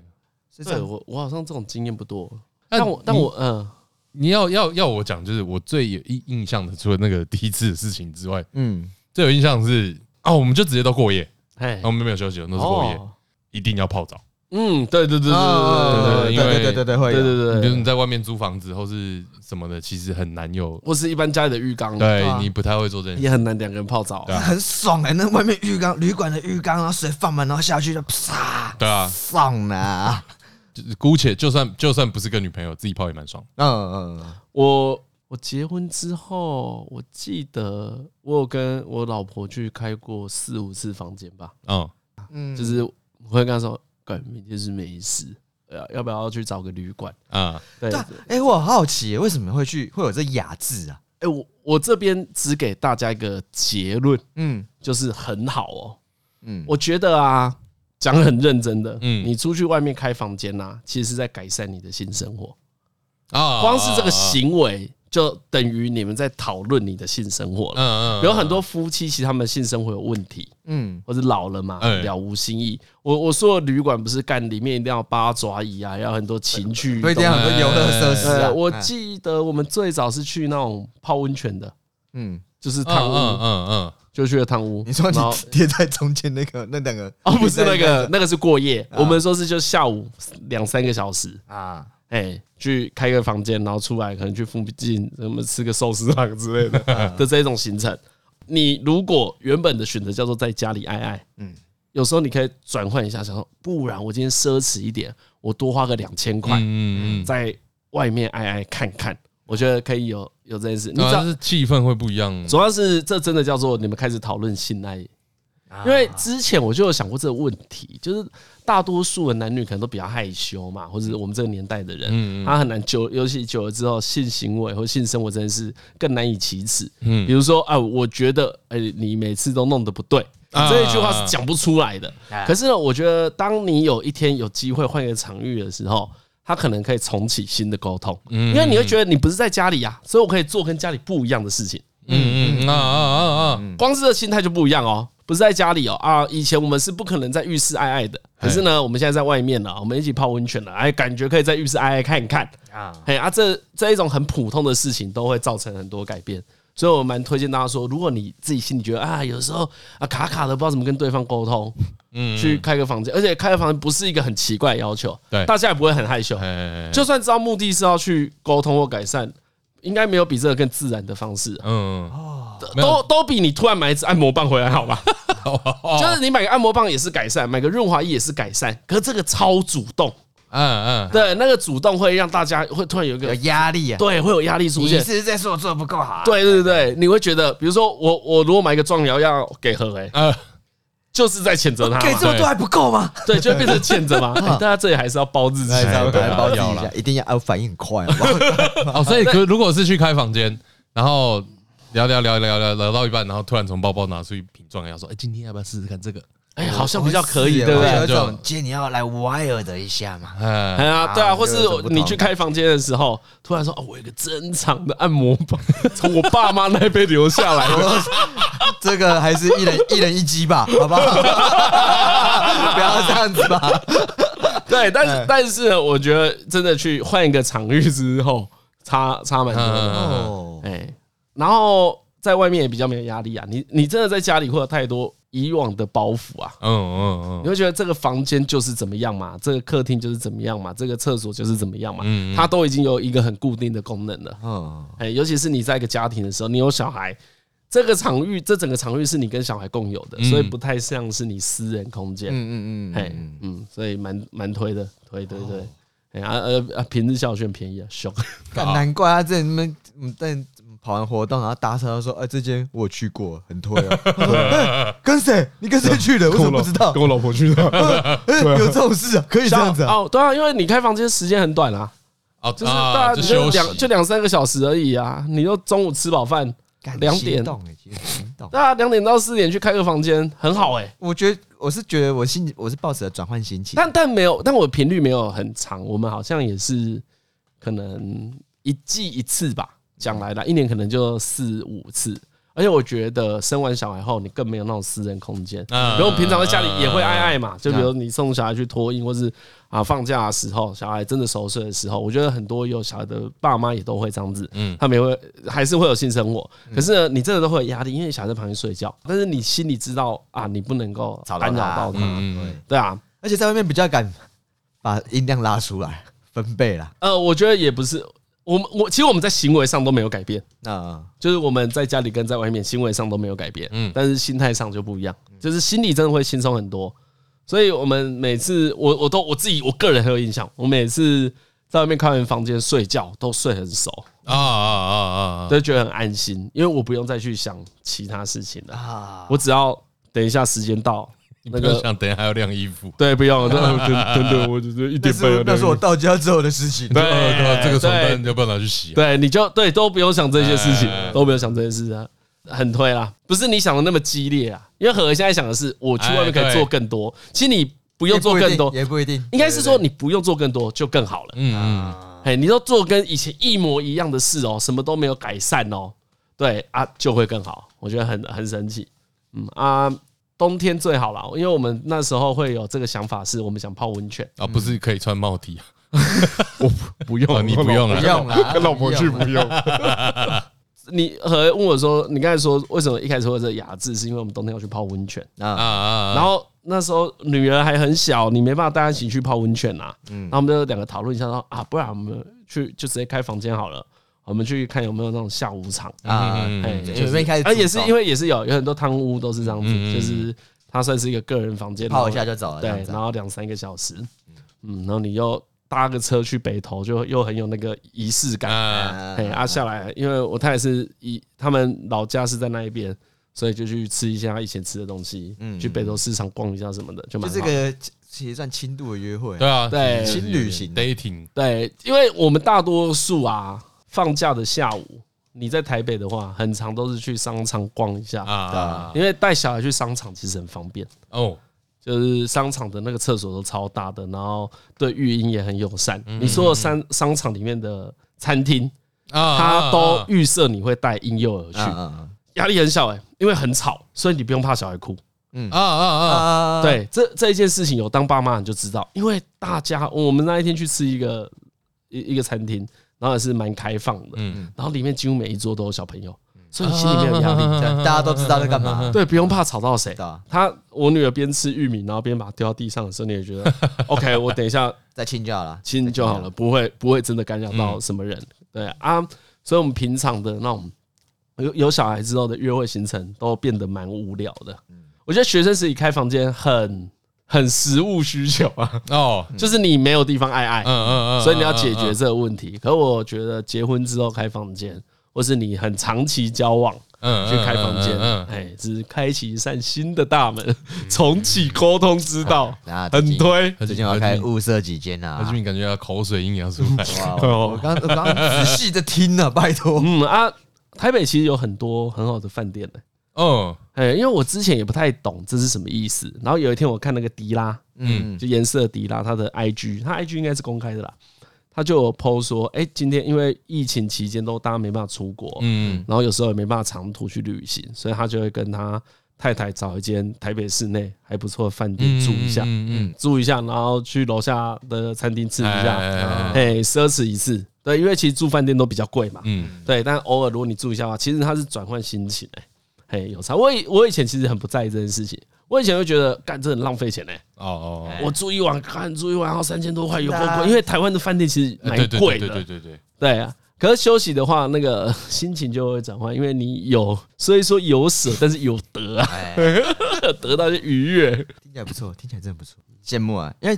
[SPEAKER 1] 是这
[SPEAKER 2] 对
[SPEAKER 1] 样。
[SPEAKER 2] 我，我好像这种经验不多。
[SPEAKER 3] 那
[SPEAKER 2] 但我，但
[SPEAKER 3] 你
[SPEAKER 2] 我，嗯，
[SPEAKER 3] 你要要要我讲，就是我最有印印象的，除了那个第一次的事情之外，
[SPEAKER 1] 嗯，
[SPEAKER 3] 最有印象的是啊，我们就直接都过夜，
[SPEAKER 2] 哎
[SPEAKER 3] 啊我，们没有休息，我们都是过夜，
[SPEAKER 2] 哦，
[SPEAKER 3] 一定要泡澡。
[SPEAKER 2] 嗯，对对对对
[SPEAKER 1] 哦
[SPEAKER 2] 对
[SPEAKER 1] 对
[SPEAKER 3] 因为
[SPEAKER 1] 对对对对，会
[SPEAKER 2] 对对
[SPEAKER 1] 有，
[SPEAKER 2] 对
[SPEAKER 3] 比
[SPEAKER 2] 对
[SPEAKER 3] 如你
[SPEAKER 2] 对，
[SPEAKER 3] 在外面租房子或是什么的，其实很难有，
[SPEAKER 2] 或是一般家里的浴缸，
[SPEAKER 3] 对
[SPEAKER 1] 啊
[SPEAKER 3] 你不太会做这件事。
[SPEAKER 2] 也很难两个人泡澡
[SPEAKER 3] 对。啊
[SPEAKER 1] 很爽哎！那外面浴缸、旅馆的浴缸，然后水放满，然后下去就啪，
[SPEAKER 3] 对啊，
[SPEAKER 1] 爽啊！
[SPEAKER 3] 就是姑且就算就算不是跟女朋友，自己泡也蛮爽。
[SPEAKER 1] 嗯嗯嗯，
[SPEAKER 2] 我我结婚之后，我记得我有跟我老婆去开过四五次房间吧，
[SPEAKER 3] 嗯，
[SPEAKER 1] 嗯，
[SPEAKER 2] 就是我会跟她说，干，明天是没事，啊要要不要去找个旅馆？
[SPEAKER 3] 啊，
[SPEAKER 2] 对，
[SPEAKER 1] 对啊
[SPEAKER 2] 哎、，
[SPEAKER 1] 哎、我很好奇耶，为什么会去会有这雅致啊？
[SPEAKER 2] 哎我我这边只给大家一个结论，
[SPEAKER 1] 嗯
[SPEAKER 2] 就是很好哦。
[SPEAKER 1] 嗯，
[SPEAKER 2] 我觉得啊，讲很认真的，
[SPEAKER 3] 嗯
[SPEAKER 2] 嗯，你出去外面开房间啊，其实是在改善你的性生活，
[SPEAKER 3] 啊，
[SPEAKER 2] 光是这个，行为就等于你们在讨论你的性生活了。
[SPEAKER 3] 嗯嗯，
[SPEAKER 2] 有很多夫妻其实他们性生活有问题，
[SPEAKER 1] 嗯
[SPEAKER 2] 或者老了嘛
[SPEAKER 3] 哎，
[SPEAKER 2] 了无新意。我我说的旅馆不是干里面一定要八爪椅啊，要很多情趣
[SPEAKER 1] 哎不一定要
[SPEAKER 2] 动
[SPEAKER 1] 很多游乐设施
[SPEAKER 2] 作。
[SPEAKER 1] 啊。
[SPEAKER 2] 呃，我
[SPEAKER 1] 嗯
[SPEAKER 2] 记得我们最早是去那种泡温泉的，
[SPEAKER 1] 嗯，
[SPEAKER 2] 就是
[SPEAKER 3] 嗯嗯
[SPEAKER 2] 汤
[SPEAKER 3] 嗯
[SPEAKER 2] 屋，
[SPEAKER 3] 嗯嗯，
[SPEAKER 2] 就去了汤屋。
[SPEAKER 1] 你说你
[SPEAKER 2] 然后
[SPEAKER 1] 贴在中间那个那 (laughs) 两个
[SPEAKER 2] 哦，不是那个，那个是过夜。
[SPEAKER 1] 啊
[SPEAKER 2] 我们说是就下午两三个小时，
[SPEAKER 1] 啊，
[SPEAKER 2] 哎，去开个房间，然后出来可能去附近什么吃个寿司郎之类 (laughs) 的的这种行程。你如果原本的选择叫做在家里爱爱，
[SPEAKER 1] 嗯
[SPEAKER 2] 嗯，有时候你可以转换一下，想说不然我今天奢侈一点，我多花个两千块
[SPEAKER 3] 嗯嗯嗯，
[SPEAKER 2] 在外面爱爱看看，我觉得可以有有啊这件事。你知
[SPEAKER 3] 主要
[SPEAKER 2] 道，
[SPEAKER 3] 是气氛会不一样。
[SPEAKER 2] 主要是这真的叫做你们开始讨论性爱因为之前我就有想过这个问题，就是大多数的男女可能都比较害羞嘛，或者我们这个年代的
[SPEAKER 3] 嗯
[SPEAKER 2] 人，他很难久，尤其久了之后，性行为或性生活真的是更难以启齿。
[SPEAKER 3] 嗯
[SPEAKER 2] 比如说啊，我觉得哎，你每次都弄得不对，
[SPEAKER 3] 啊
[SPEAKER 2] 这一句话是讲不出来的。可是呢，我觉得当你有一天有机会换一个场域的时候。他可能可以重启新的沟通，
[SPEAKER 3] 嗯
[SPEAKER 2] 因为你会觉得你不是在家里啊，所以我可以做跟家里不一样的事情。
[SPEAKER 3] 嗯嗯啊啊啊啊，
[SPEAKER 2] 光是这心态就不一样哦，不是在家里哦啊，以前我们是不可能在浴室爱爱的，
[SPEAKER 3] 哎
[SPEAKER 2] 可是呢，我们现在在外面了，我们一起泡温泉了，哎，感觉可以在浴室爱爱看一看啊，哎啊，这这一种很普通的事情都会造成很多改变。所以我蛮推荐大家说，如果你自己心里觉得啊，有时候啊卡卡的，不知道怎么跟对方沟通，
[SPEAKER 3] 嗯，
[SPEAKER 2] 去开个房间，而且开个房间不是一个很奇怪的要求，
[SPEAKER 3] 对
[SPEAKER 2] 大家也不会很害羞，
[SPEAKER 3] 哎，
[SPEAKER 2] 就算知道目的是要去沟通或改善，应该没有比这个更自然的方式了。啊
[SPEAKER 3] 嗯，没有
[SPEAKER 2] 都都比你突然买一支按摩棒回来
[SPEAKER 1] (laughs)
[SPEAKER 2] 好吧？就是你买个按摩棒也是改善，买个润滑液也是改善，可是这个超主动，
[SPEAKER 3] 嗯嗯，
[SPEAKER 2] 对，那个主动会让大家会突然有一
[SPEAKER 1] 有
[SPEAKER 2] 个
[SPEAKER 1] 压力啊。
[SPEAKER 2] 对会有压力出
[SPEAKER 1] 你
[SPEAKER 2] 现
[SPEAKER 1] 是，不是在说我做的不够好啊？
[SPEAKER 2] 对对对，你会觉得，比如说我我如果买一个壮阳药给何哎，
[SPEAKER 3] 呃，
[SPEAKER 2] 就是在谴责他
[SPEAKER 1] 给
[SPEAKER 2] 嘛，
[SPEAKER 1] 这么多还不够吗？
[SPEAKER 2] 对，就会变成谴
[SPEAKER 1] (laughs)
[SPEAKER 2] 责嘛。哎大家这里还是要包自己
[SPEAKER 1] 来，，
[SPEAKER 3] 哎
[SPEAKER 1] 来，
[SPEAKER 3] 对啊
[SPEAKER 1] 来，包自己
[SPEAKER 3] 要
[SPEAKER 1] 一
[SPEAKER 3] 啦
[SPEAKER 1] 下，一定要啊，我反应很快，好不好？
[SPEAKER 3] (laughs) 哦，所以可如果是去开房间，然后聊聊聊聊聊聊到一半，然后突然从包包拿出一瓶壮阳药，说：“哎，今天要不要试试看这个
[SPEAKER 2] 哎，好 (laughs) 像比较可以，对
[SPEAKER 1] 哦啊我
[SPEAKER 2] 不对
[SPEAKER 1] 有一？
[SPEAKER 3] 就
[SPEAKER 1] 种今天你要来 wild 一下嘛？”？
[SPEAKER 2] 哎
[SPEAKER 3] 哎，
[SPEAKER 2] 呀，对啊，
[SPEAKER 1] 啊
[SPEAKER 2] 或是
[SPEAKER 1] 有种不
[SPEAKER 2] 你
[SPEAKER 1] 同
[SPEAKER 2] 去
[SPEAKER 1] 感
[SPEAKER 2] 开房间的时候，突然说：“哦，我有一个珍藏的按摩棒，从我爸妈那边留下来的。”
[SPEAKER 1] (laughs) 这个还是一人一人一击吧，
[SPEAKER 2] (laughs)
[SPEAKER 1] 好不好？不要这样子吧。
[SPEAKER 2] 对，但
[SPEAKER 3] 嗯
[SPEAKER 2] 是但是呢，我觉得真的去换一个场域之后，差差蛮多的。
[SPEAKER 3] 嗯
[SPEAKER 1] 哦，
[SPEAKER 2] 哎，然后在外面也比较没有压力啊。你你真的在家里会有太多以往的包袱啊，
[SPEAKER 3] 嗯嗯
[SPEAKER 2] 你会觉得这个房间就是怎么样嘛，这个客厅就是怎么样嘛，这个厕所就是怎么样嘛，
[SPEAKER 3] 嗯
[SPEAKER 2] 它都已经有一个很固定的功能了。
[SPEAKER 1] 嗯，
[SPEAKER 2] 哎，尤其是你在一个家庭的时候，你有小孩。这个场域，这整个场域是你跟小孩共有
[SPEAKER 3] 嗯
[SPEAKER 2] 的，所以不太像是你私人空间。
[SPEAKER 1] 嗯嗯嗯
[SPEAKER 2] 哎，嗯，所以蛮蛮推的，推推推。哎啊呃啊，平日校券便宜啊，凶。
[SPEAKER 1] 干难怪他之前那边嗯，但跑完活动然后搭车，他说：“哎，这间我去过，很推啊。他说哎”跟谁？你跟谁去的？我怎么不知道？(laughs)
[SPEAKER 3] 啊我老婆去的。
[SPEAKER 1] 哎有这种事啊？可以这样子啊？
[SPEAKER 2] (laughs) 哦，对啊，因为你开房间时间很短啊，
[SPEAKER 3] 哦，
[SPEAKER 2] (laughs) 就是大
[SPEAKER 3] 啊
[SPEAKER 2] 概
[SPEAKER 3] 就
[SPEAKER 2] 就
[SPEAKER 3] 休息，
[SPEAKER 2] 两就两三个小时而已啊！你就中午吃饱饭，
[SPEAKER 1] 干
[SPEAKER 2] 两点
[SPEAKER 1] 心动哎，其实心动。
[SPEAKER 2] 大家两点到四点去开个房间，很好哎、
[SPEAKER 1] 我觉得我是觉得我心我是抱着转换心情，
[SPEAKER 2] 但但没有，但我频率没有很长，我们好像也是可能一季一次吧。讲来了，一年可能就四五次。而且我觉得生完小孩后，你更没有那种私人空间。
[SPEAKER 3] 嗯
[SPEAKER 1] 呃
[SPEAKER 2] 然后平常在家里也会爱爱嘛，就比如你送小孩去托婴，或是啊放假的时候，小孩真的熟睡的时候，我觉得很多有小孩的爸妈也都会这样子，嗯，他们也会还是会有性生活。
[SPEAKER 1] 嗯
[SPEAKER 2] 可是呢，你真的都会有压力，因为小孩在旁边睡觉，但是你心里知道啊，你不能够
[SPEAKER 1] (laughs) 吵
[SPEAKER 2] 干扰
[SPEAKER 1] 他
[SPEAKER 2] 到他，
[SPEAKER 1] 嗯对
[SPEAKER 2] 对啊。
[SPEAKER 1] 而且在外面比较敢把音量拉出来分贝啦。
[SPEAKER 2] 呃，我觉得也不是，我们我其实我们在行为上都没有改变，
[SPEAKER 1] 那
[SPEAKER 2] 就是我们在家里跟在外面行为上都没有改变，嗯
[SPEAKER 3] 嗯，
[SPEAKER 2] 但是心态上就不一样，就是心里真的会轻松很多。所以我们每次我我都我自己我个人很有印象，我每次在外面开完房间睡觉都睡很熟，
[SPEAKER 3] 啊啊啊啊啊！
[SPEAKER 2] 都觉得很安心，因为我不用再去想其他事情了，
[SPEAKER 1] 啊，
[SPEAKER 2] 我只要等一下时间到，
[SPEAKER 3] 你
[SPEAKER 2] 那
[SPEAKER 3] 不要
[SPEAKER 2] 个
[SPEAKER 3] 想等一下还要晾衣服，
[SPEAKER 2] 对，不用，真的真的，我只是一
[SPEAKER 1] 那
[SPEAKER 2] 点半
[SPEAKER 1] 是
[SPEAKER 2] 要
[SPEAKER 1] 那
[SPEAKER 2] 晾
[SPEAKER 1] 是
[SPEAKER 2] 衣
[SPEAKER 1] 我
[SPEAKER 2] 服
[SPEAKER 1] 到家之后的事情。
[SPEAKER 2] 对
[SPEAKER 3] 呃对啊，这个床
[SPEAKER 2] 对
[SPEAKER 3] 单要不要拿去洗啊？
[SPEAKER 2] 对，你就对都不用想这些事情
[SPEAKER 3] 哎，
[SPEAKER 2] 都不用想这些事啊，很推啦，不是你想的那么激烈啊。因为何现在想的是，我去外面可以做更多，其实你不用做更多，
[SPEAKER 1] 哎也不一定，也不一定
[SPEAKER 2] 应该是说你不用做更多就更好了。
[SPEAKER 3] 嗯嗯，
[SPEAKER 2] 哎，你都做跟以前一模一样的事哦，什么都没有改善哦，对啊，就会更好。我觉得很很神奇，嗯啊。冬天最好啦，因为我们那时候会有这个想法，是我们想泡温泉，
[SPEAKER 3] 啊，不是可以穿帽 T 啊？
[SPEAKER 2] 不用
[SPEAKER 3] 哦你不用
[SPEAKER 1] 不
[SPEAKER 3] 了，
[SPEAKER 1] 用啦，
[SPEAKER 4] 跟老婆去
[SPEAKER 1] 不
[SPEAKER 4] 不
[SPEAKER 1] 用啦
[SPEAKER 4] 用，
[SPEAKER 2] 你和问我说，你刚才说为什么一开始会有这个雅致，是因为我们冬天要去泡温泉，
[SPEAKER 3] 啊啊啊！
[SPEAKER 2] 嗯然后那时候女儿还很小，你没办法带她一起去泡温泉呐。嗯，然后我们就两个讨论一下说啊，不然我们去就直接开房间好了，我们去看有没有那种下午场。
[SPEAKER 1] 啊，
[SPEAKER 3] 嗯嗯
[SPEAKER 2] 哎
[SPEAKER 3] 嗯
[SPEAKER 2] 就
[SPEAKER 1] 因为一开始
[SPEAKER 2] 啊也是
[SPEAKER 1] 主导
[SPEAKER 2] 因为也是有有很多汤屋都是这样
[SPEAKER 3] 嗯
[SPEAKER 2] 子，
[SPEAKER 3] 嗯
[SPEAKER 2] 就是它算是一个个人房间，
[SPEAKER 1] 泡一下就走了，
[SPEAKER 2] 对
[SPEAKER 1] 这样，子
[SPEAKER 2] 然后两三个小时，嗯，然后你又搭个车去北投，就又很有那个仪式感。
[SPEAKER 3] 啊，
[SPEAKER 1] 啊
[SPEAKER 2] 哎、啊下来，因为我太太是以他们老家是在那一边，所以就去吃一下以前吃的东西，
[SPEAKER 1] 嗯
[SPEAKER 2] 去北投市场逛一下什么的，
[SPEAKER 1] 就
[SPEAKER 2] 就蛮好
[SPEAKER 1] 这
[SPEAKER 2] 的。
[SPEAKER 1] 个其实算轻度的约会，
[SPEAKER 3] 对啊，
[SPEAKER 2] 对
[SPEAKER 3] 就是
[SPEAKER 1] 轻旅行
[SPEAKER 3] dating，
[SPEAKER 2] 对，因为我们大多数啊，放假的下午，你在台北的话，很常都是去商场逛一下，
[SPEAKER 3] 啊
[SPEAKER 2] 因为带小孩去商场其实很方便，
[SPEAKER 3] 哦，
[SPEAKER 2] 就是商场的那个厕所都超大的，然后对育婴也很友善。
[SPEAKER 3] 嗯
[SPEAKER 2] 你所有商商场里面的餐厅，
[SPEAKER 3] 啊
[SPEAKER 2] 它都预设你会带婴幼儿去。
[SPEAKER 1] 啊
[SPEAKER 2] 压力很小哎、因为很吵，所以你不用怕小孩哭。
[SPEAKER 3] 啊啊
[SPEAKER 1] 啊
[SPEAKER 2] 嗯
[SPEAKER 3] 啊，
[SPEAKER 1] 啊，
[SPEAKER 2] 对，这这一件事情有当爸妈你就知道，因为大家我们那一天去吃一个一一个餐厅，然后也是蛮开放的，
[SPEAKER 3] 嗯
[SPEAKER 2] 然后里面几乎每一桌都有小朋友，所以你心里面有压力。
[SPEAKER 1] 这样大家都知道在干嘛，
[SPEAKER 2] (laughs) 嗯
[SPEAKER 1] 啊
[SPEAKER 2] 对，不用怕吵到谁
[SPEAKER 1] 知。道
[SPEAKER 2] 他我女儿边吃玉米，然后边把它丢到地上的时候，你也觉得 OK，我等一下
[SPEAKER 1] 在亲就好了，
[SPEAKER 2] 亲就好了，不会不会真的干扰
[SPEAKER 3] 嗯
[SPEAKER 2] 到什么人。对啊，所以我们平常的那种有有小孩之后的约会行程都变得蛮无聊的。
[SPEAKER 3] 嗯
[SPEAKER 2] 我觉得学生时期开房间很很实务需求啊，
[SPEAKER 3] 哦，
[SPEAKER 2] 就是你没有地方爱
[SPEAKER 3] 嗯
[SPEAKER 2] 爱，
[SPEAKER 3] 嗯嗯，
[SPEAKER 2] 所以你要解
[SPEAKER 3] 嗯
[SPEAKER 2] 决这个问题。可我觉得结婚之后开房间，或是你很长期交往。
[SPEAKER 3] 嗯嗯嗯
[SPEAKER 2] 去开房间，哎，只是开启一扇新的大门，重启沟通之
[SPEAKER 3] (laughs)
[SPEAKER 2] 道
[SPEAKER 1] 啊，
[SPEAKER 2] 很推。
[SPEAKER 3] 何
[SPEAKER 1] 最
[SPEAKER 3] 俊
[SPEAKER 1] 近我要开物色几间啊
[SPEAKER 3] 何，俊敏感觉他口水音也要出来，
[SPEAKER 1] 哇我我刚我刚仔细的听了，拜托，
[SPEAKER 2] (laughs) 嗯啊，台北其实有很多很好的饭店的、
[SPEAKER 3] 哦，
[SPEAKER 2] 哎、因为我之前也不太懂这是什么意思。然后有一天我看那个迪拉，
[SPEAKER 1] 嗯，
[SPEAKER 2] 就颜色迪拉，他的 IG，他 IG 应该是公开的啦，他就有 PO 说，哎、今天因为疫情期间都大家没办法出国，
[SPEAKER 3] 嗯
[SPEAKER 2] 然后有时候也没办法长途去旅行，所以他就会跟他太太找一间台北市内还不错的饭店住一下，
[SPEAKER 3] 嗯嗯，
[SPEAKER 2] 住一下，然后去楼下的餐厅吃一下，
[SPEAKER 3] 哎，
[SPEAKER 2] 哎，奢侈一次。对，因为其实住饭店都比较贵嘛，
[SPEAKER 3] 嗯
[SPEAKER 2] 对，但偶尔如果你注意一下的话，其实它是转换心情哎、嘿，有差。我以我以前其实很不在意这件事情，我以前会觉得干这很浪费钱哎、
[SPEAKER 3] 哦哦，
[SPEAKER 2] 我住一晚，看住一晚要三千多块，有够
[SPEAKER 1] 真的啊
[SPEAKER 2] 贵，因为台湾的饭店其实蛮
[SPEAKER 3] 哎对对
[SPEAKER 2] 贵
[SPEAKER 3] 对
[SPEAKER 2] 的，
[SPEAKER 3] 对对对对，
[SPEAKER 2] 对啊。可是休息的话，那个 (laughs) 心情就会转换，因为你有，所以说有舍，但是有得啊，
[SPEAKER 1] 哎，
[SPEAKER 2] (laughs) 得到一些愉悦。
[SPEAKER 1] 听起来不错，听起来真的不错，羡慕啊！ (laughs) 因为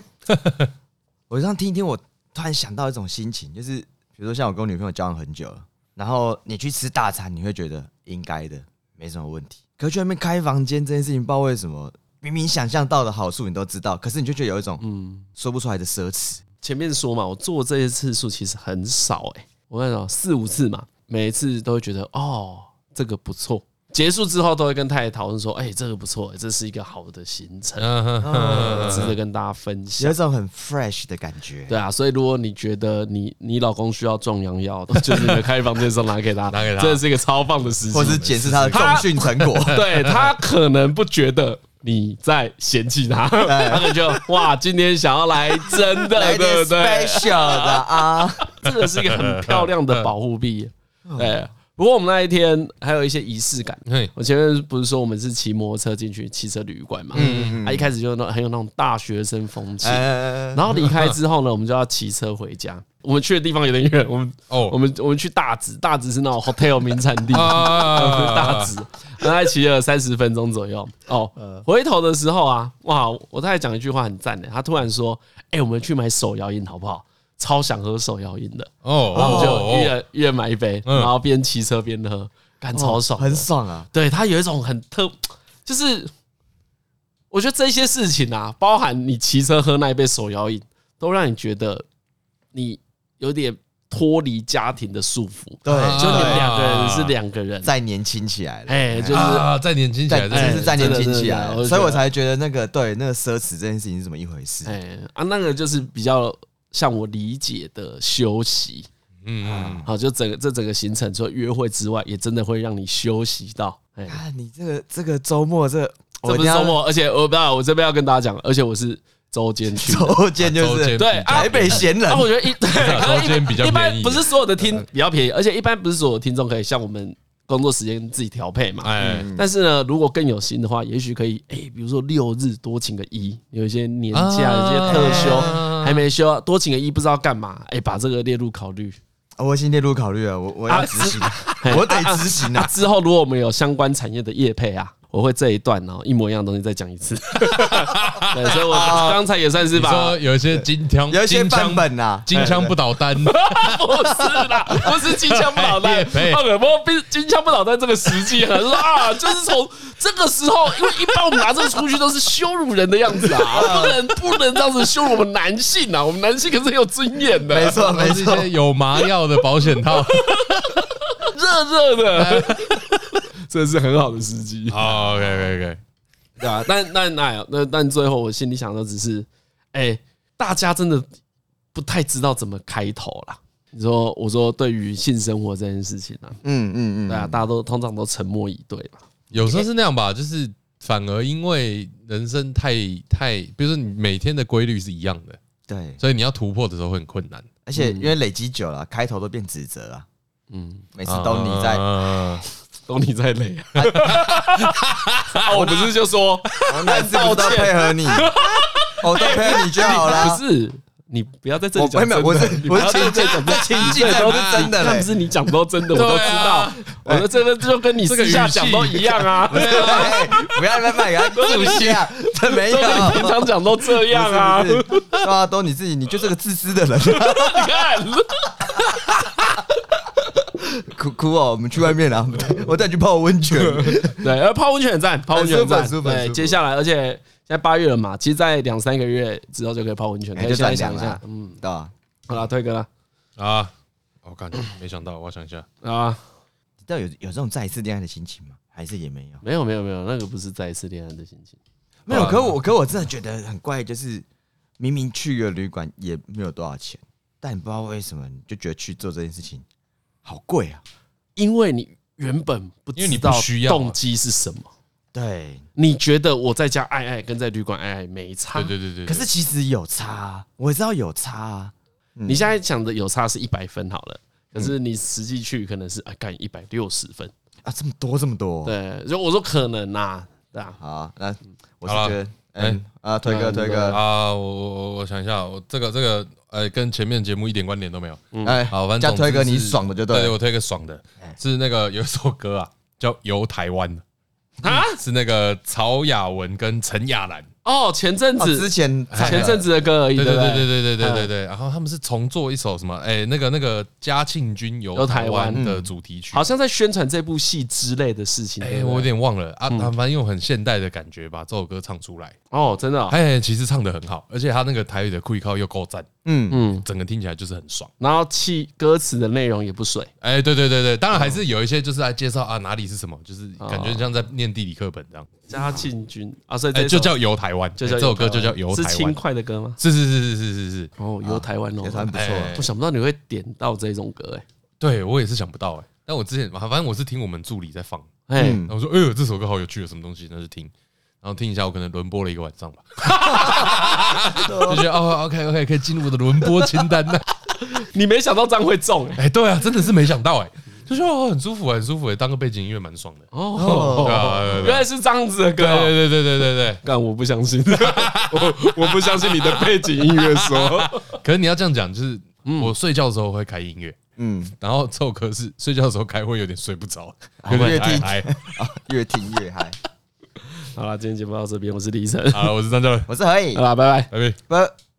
[SPEAKER 1] 我这样听一听，我突然想到一种心情，就是比如说像我跟我女朋友交往很久了，然后你去吃大餐，你会觉得应该的，没什么问题。可是去外面开房间这件事情，不知道为什么，明明想象到的好处你都知道，可是你就觉得有一种
[SPEAKER 2] 嗯，
[SPEAKER 1] 说不出来的奢侈。
[SPEAKER 2] 前面说嘛，我做这些次数其实很少哎、我跟你讲四五次嘛，每一次都会觉得哦这个不错。结束之后都会跟太太讨论说，哎、这个不错、这是一个好的行程，
[SPEAKER 3] 嗯哼，
[SPEAKER 2] 值得跟大家分享
[SPEAKER 1] 有一。种很 fresh 的感觉。
[SPEAKER 2] 对啊，所以如果你觉得你你老公需要壮阳药， (laughs) 就是你的开放健身拿给他，
[SPEAKER 3] 拿给他
[SPEAKER 2] 这是一个超棒的时机
[SPEAKER 1] 或。是检视他的重训成果，
[SPEAKER 2] 对他可能不觉得你在嫌弃
[SPEAKER 3] (laughs)
[SPEAKER 2] 他，
[SPEAKER 3] 哎
[SPEAKER 2] 他可能就哇，今天想要来真的，
[SPEAKER 1] 来
[SPEAKER 2] (laughs) 对
[SPEAKER 1] 点
[SPEAKER 2] 不对？
[SPEAKER 1] special 的啊，
[SPEAKER 2] (laughs) 这个是一个很漂亮的保护臂。哎，不过我们那一天还有一些仪式感。
[SPEAKER 3] 嗯嘿，
[SPEAKER 2] 我前面不是说我们是骑摩托车进去汽车旅馆
[SPEAKER 3] 嗯
[SPEAKER 2] 嘛？他一开始就有那种很有那种大学生风
[SPEAKER 3] 哎
[SPEAKER 2] 气。
[SPEAKER 1] 呃，
[SPEAKER 2] 然后离开之后呢，我们就要骑车回家。我们去的地方有点远，我们
[SPEAKER 3] 哦
[SPEAKER 2] 我们我们去大直，大直是那种 hotel 名产地，
[SPEAKER 3] 啊
[SPEAKER 2] 大直，大概骑了三十分钟左右。哦，
[SPEAKER 3] 呃
[SPEAKER 2] 回头的时候啊，哇，我太太讲一句话很赞的，她突然说：“哎，我们去买手摇饮好不好？超想喝手摇饮的。”
[SPEAKER 3] 哦，
[SPEAKER 2] 然后我们
[SPEAKER 3] 哦嗯哦
[SPEAKER 2] 就一人一人买一杯，然后边骑车边喝，干超爽，
[SPEAKER 1] 很。爽啊！
[SPEAKER 2] 对他有一种很特，就是我觉得这些事情啊，包含你骑车喝那一杯手摇饮，都让你觉得你有点脱离家庭的束缚，
[SPEAKER 1] 对，
[SPEAKER 3] 啊
[SPEAKER 2] 就你们
[SPEAKER 3] 对
[SPEAKER 2] 两个人是两个人，
[SPEAKER 1] 再年轻起来了，
[SPEAKER 2] 哎，就是
[SPEAKER 3] 啊，再年轻起
[SPEAKER 1] 再
[SPEAKER 3] 来，真的
[SPEAKER 1] 真
[SPEAKER 3] 是
[SPEAKER 1] 是再年轻起来
[SPEAKER 2] 哎真的真的真
[SPEAKER 1] 了，
[SPEAKER 2] 的
[SPEAKER 1] 啊所以我才觉得那个对那个奢侈这件事情是怎么一回事？
[SPEAKER 2] 哎啊，那个就是比较像我理解的休息。
[SPEAKER 3] 嗯，
[SPEAKER 2] 好，就整个这整个行程，除了约会之外，也真的会让你休息到。哎，
[SPEAKER 1] 啊，你这个这个周末这
[SPEAKER 2] 这
[SPEAKER 1] 我
[SPEAKER 2] 不
[SPEAKER 1] 一
[SPEAKER 2] 是
[SPEAKER 1] 定要
[SPEAKER 2] 周末，而且我不知道，我这边要跟大家讲，而且我是周间去
[SPEAKER 1] (laughs)
[SPEAKER 2] 的，
[SPEAKER 1] 周间就
[SPEAKER 3] 周间
[SPEAKER 1] 是
[SPEAKER 2] 对啊
[SPEAKER 1] 台北闲人
[SPEAKER 2] 啊，，我觉得一对，
[SPEAKER 3] 手机比较
[SPEAKER 2] 一般
[SPEAKER 3] 便宜嗯
[SPEAKER 2] 不是所有的听比较便宜，而且一般不是所有听众可以像我们工作时间自己调配嘛。
[SPEAKER 3] 哎，
[SPEAKER 2] 但是呢，如果更有心的话，也许可以，哎，比如说六日多请个一，有一些年假，有一些特休
[SPEAKER 3] 啊
[SPEAKER 2] 还没休，多请个一不知道干嘛，哎，把这个列入考虑。
[SPEAKER 1] 啊我已经列入考虑了，我我要
[SPEAKER 2] 啊
[SPEAKER 1] 执行， (laughs) 我得执行
[SPEAKER 2] 那
[SPEAKER 1] 啊！
[SPEAKER 2] 之后如果我们有相关产业的业配啊，我会这一段哦一模一样的东西再讲一次。 (laughs) 对，所以我刚才也算是
[SPEAKER 3] 啊你
[SPEAKER 2] 把
[SPEAKER 3] 说有一些金枪，
[SPEAKER 1] 有一些
[SPEAKER 3] 金枪
[SPEAKER 1] 范本啊
[SPEAKER 3] 金枪不倒单，
[SPEAKER 2] (laughs) 不是啦，不是金枪不倒 (laughs)
[SPEAKER 3] 也
[SPEAKER 2] 弹，
[SPEAKER 3] 配
[SPEAKER 2] 那个不过金枪不倒弹这个时机啊，就是 (laughs) 啊，就是从这个时候，因为一般我们拿这个出去都是羞辱人的样子 (laughs) 啊，不能不能这样子羞辱我们男性啊，我们男性可是很有尊严
[SPEAKER 1] 没
[SPEAKER 2] 的， (laughs)
[SPEAKER 1] 错没
[SPEAKER 3] 都是一
[SPEAKER 1] 错，
[SPEAKER 3] 些有麻药的保险套
[SPEAKER 2] 热热 (laughs) 的，这是哎很好的时机，
[SPEAKER 3] 哦 OK OK OK，
[SPEAKER 2] 对啊，但但那那但最后我心里想的只是，哎，大家真的不太知道怎么开头啦。你说，我说对于性生活这件事情啊，
[SPEAKER 1] 嗯嗯嗯，
[SPEAKER 2] 对啊，大家都通常都沉默以对嘛。
[SPEAKER 3] 有时候是那样吧，就是反而因为人生太太，比如说你每天的规律是一样的，
[SPEAKER 1] 对，
[SPEAKER 3] 所以你要突破的时候会很困难。
[SPEAKER 1] 而且因为累积久了，开头都变指责啊，
[SPEAKER 2] 嗯，
[SPEAKER 1] 每次都你在，
[SPEAKER 3] 啊
[SPEAKER 2] (laughs) 都你
[SPEAKER 1] (laughs)
[SPEAKER 2] 在累啊！啊我不是就说
[SPEAKER 1] 我哪次不都配合你，我都配合你就好
[SPEAKER 2] (laughs) 不
[SPEAKER 1] 了。
[SPEAKER 2] 是你不要在这里
[SPEAKER 1] 我
[SPEAKER 2] 讲
[SPEAKER 1] 没有，
[SPEAKER 2] 真
[SPEAKER 1] 我
[SPEAKER 2] 的，
[SPEAKER 1] 是
[SPEAKER 2] 你不
[SPEAKER 1] 我
[SPEAKER 2] 要
[SPEAKER 1] 是
[SPEAKER 2] 在
[SPEAKER 1] 情境
[SPEAKER 2] 这里讲，
[SPEAKER 1] 这情境
[SPEAKER 2] 这
[SPEAKER 1] 在
[SPEAKER 2] 都
[SPEAKER 1] 都
[SPEAKER 2] 是
[SPEAKER 1] 是
[SPEAKER 2] 真
[SPEAKER 1] 真
[SPEAKER 2] 的
[SPEAKER 1] 的
[SPEAKER 2] 那
[SPEAKER 1] 嘞
[SPEAKER 2] 不。是你讲
[SPEAKER 1] (laughs)
[SPEAKER 2] 都真的，我都知
[SPEAKER 3] 对
[SPEAKER 2] 道
[SPEAKER 3] 啊。
[SPEAKER 2] 我说这个就跟你
[SPEAKER 3] 这个
[SPEAKER 2] 私下 (laughs)
[SPEAKER 3] 语气
[SPEAKER 2] 讲都一样啊，
[SPEAKER 1] 不是不要慢慢给他注下，这没有啊
[SPEAKER 2] 都。 (laughs) 跟你平常讲都这样啊。
[SPEAKER 1] 不是不是对啊，都你自己，你就是个自私的人。
[SPEAKER 2] 你看，
[SPEAKER 1] 哭哭哦，我们去外面啊，我带你去泡温泉。
[SPEAKER 2] 对，而泡温泉很
[SPEAKER 1] 哎
[SPEAKER 2] 赞，泡温泉很赞
[SPEAKER 1] 很。舒服很舒
[SPEAKER 2] 对，
[SPEAKER 1] 服
[SPEAKER 2] 接下来，而且现在八月了嘛，其实，在两三个月之后就可以泡温泉，可
[SPEAKER 1] 哎，
[SPEAKER 2] 以
[SPEAKER 1] 就
[SPEAKER 2] 现
[SPEAKER 1] 转
[SPEAKER 2] 在想
[SPEAKER 1] 凉
[SPEAKER 2] 一
[SPEAKER 1] 了
[SPEAKER 2] 下
[SPEAKER 1] 啊，。
[SPEAKER 2] 嗯，
[SPEAKER 1] 对吧？
[SPEAKER 2] 好了，退哥了
[SPEAKER 3] 啊！我感觉没想到，我想一下，
[SPEAKER 2] 啊，
[SPEAKER 1] 你知道有有这种再一次恋爱的心情吗？还是也没有？
[SPEAKER 2] 没有没有没有，那个不是再一次恋爱的心情。
[SPEAKER 1] 没有。可我可我真的觉得很怪，就是明明去个旅馆也没有多少钱，但你不知道为什么你就觉得去做这件事情好贵啊。
[SPEAKER 2] 因为你原本不
[SPEAKER 3] 因为
[SPEAKER 2] 知
[SPEAKER 3] 你不
[SPEAKER 2] 道
[SPEAKER 3] 需要啊
[SPEAKER 2] 动机是什么，
[SPEAKER 1] 对，
[SPEAKER 2] 你觉得我在家爱爱跟在旅馆爱爱没差。
[SPEAKER 3] 对对对对，
[SPEAKER 1] 可是其实有差啊，我知道有差啊。
[SPEAKER 2] 你现在讲的有差是一百分好了，可是你实际去可能是哎干一百六十分。
[SPEAKER 1] 啊，这么多这么
[SPEAKER 3] 哦
[SPEAKER 1] 多。
[SPEAKER 2] 对，就我说可能呐，对啊，
[SPEAKER 1] 好啊，那我是
[SPEAKER 3] 好啦哎
[SPEAKER 1] 觉得，嗯啊，推
[SPEAKER 2] 那
[SPEAKER 1] 哥推哥，
[SPEAKER 3] 啊，我我我我想一下，我这个这个呃，跟前面节目一点关联都没有。
[SPEAKER 1] 哎，
[SPEAKER 3] 好，反
[SPEAKER 1] 叫
[SPEAKER 3] 正总
[SPEAKER 1] 推
[SPEAKER 3] 之
[SPEAKER 1] 哥
[SPEAKER 3] 是
[SPEAKER 1] 你爽的就
[SPEAKER 3] (laughs) 对，哎
[SPEAKER 1] 对了。
[SPEAKER 3] 我推个爽的，是那个有一首歌啊，叫《游台湾》
[SPEAKER 2] 啊，
[SPEAKER 3] (laughs) 是那个曹雅文跟陈雅兰，
[SPEAKER 2] 哦，前阵
[SPEAKER 1] 哦，之
[SPEAKER 2] 子
[SPEAKER 1] 前
[SPEAKER 3] 哎
[SPEAKER 2] 前阵子的歌而已，
[SPEAKER 3] 对
[SPEAKER 2] 对
[SPEAKER 3] 对
[SPEAKER 2] 不
[SPEAKER 3] 对啊
[SPEAKER 2] 对，
[SPEAKER 3] 对对对对对对，然后他们是重做一首什么，哎，那个那个嘉庆君游
[SPEAKER 2] 游台
[SPEAKER 3] 台湾嗯
[SPEAKER 2] 湾
[SPEAKER 3] 的主题曲，
[SPEAKER 2] 好像在宣传这部戏之类的事情。对嗯
[SPEAKER 3] 哎，
[SPEAKER 2] 不对
[SPEAKER 3] 我有点忘了啊，他反正用很现代的感觉把这首歌唱出来，哎
[SPEAKER 2] 哦，真的哦
[SPEAKER 3] 哎，其实唱的很好，而且他那个台语的酷靠又够赞，
[SPEAKER 1] 嗯，
[SPEAKER 2] 嗯，
[SPEAKER 3] 整个听起来就是很爽。
[SPEAKER 2] 然后气歌词的内容也不水，
[SPEAKER 3] 哎，对对对对，当然还是有一些就是来介绍啊哪里是什么，就是感觉像在念地理课本这样。
[SPEAKER 2] 加进军啊，所以这
[SPEAKER 3] 哎，
[SPEAKER 2] 首
[SPEAKER 3] 就叫游台湾，
[SPEAKER 2] 就
[SPEAKER 3] 哎
[SPEAKER 2] 叫
[SPEAKER 3] 这首歌就叫游
[SPEAKER 2] 是
[SPEAKER 3] 台
[SPEAKER 2] 轻
[SPEAKER 3] 湾。
[SPEAKER 2] 快的歌吗？
[SPEAKER 3] 是是是是是是是，
[SPEAKER 2] 哦，游台湾哦
[SPEAKER 1] 也，算不错啊。
[SPEAKER 3] 哎
[SPEAKER 2] 我想不到你会点到这种歌
[SPEAKER 3] 对我也是想不到哎。但我之前反正我是听我们助理在放，
[SPEAKER 2] 哎，哎，
[SPEAKER 1] 嗯
[SPEAKER 3] 然后我说哎呦这首歌好有趣，有什么东西，那就听。然后听一下，我可能轮播了一个晚上吧， (laughs) 就觉得哦，OK OK，可以进入我的轮播清单了。
[SPEAKER 2] 你没想到这样会中哎，
[SPEAKER 3] (laughs) 哎，对啊，真的是没想到哎，就说哦很舒服，很舒服哎，当个背景音乐蛮爽的。对
[SPEAKER 2] 哦，
[SPEAKER 3] 啊，对啊对
[SPEAKER 2] 原
[SPEAKER 3] 啊
[SPEAKER 2] 来是这样子的歌哦。
[SPEAKER 3] 对对对对对对。
[SPEAKER 2] 但我不相信， (laughs) 我我不相信你的背景音乐说，
[SPEAKER 3] 可是你要这样讲，就是我睡觉的时候会开音乐，
[SPEAKER 1] 嗯，
[SPEAKER 3] 然后这首歌是睡觉的时候开会有点睡不着，哎
[SPEAKER 1] 啊
[SPEAKER 3] 有
[SPEAKER 1] 会
[SPEAKER 3] 点太
[SPEAKER 1] 听 (laughs) 啊
[SPEAKER 3] 嗨。
[SPEAKER 1] 越听越嗨。
[SPEAKER 2] 好了，今天节目到这边，我是李晨，
[SPEAKER 3] 好了，我是张教练，
[SPEAKER 1] 我是何以，
[SPEAKER 2] 啊好啦，拜拜。
[SPEAKER 3] 拜拜。
[SPEAKER 1] 不。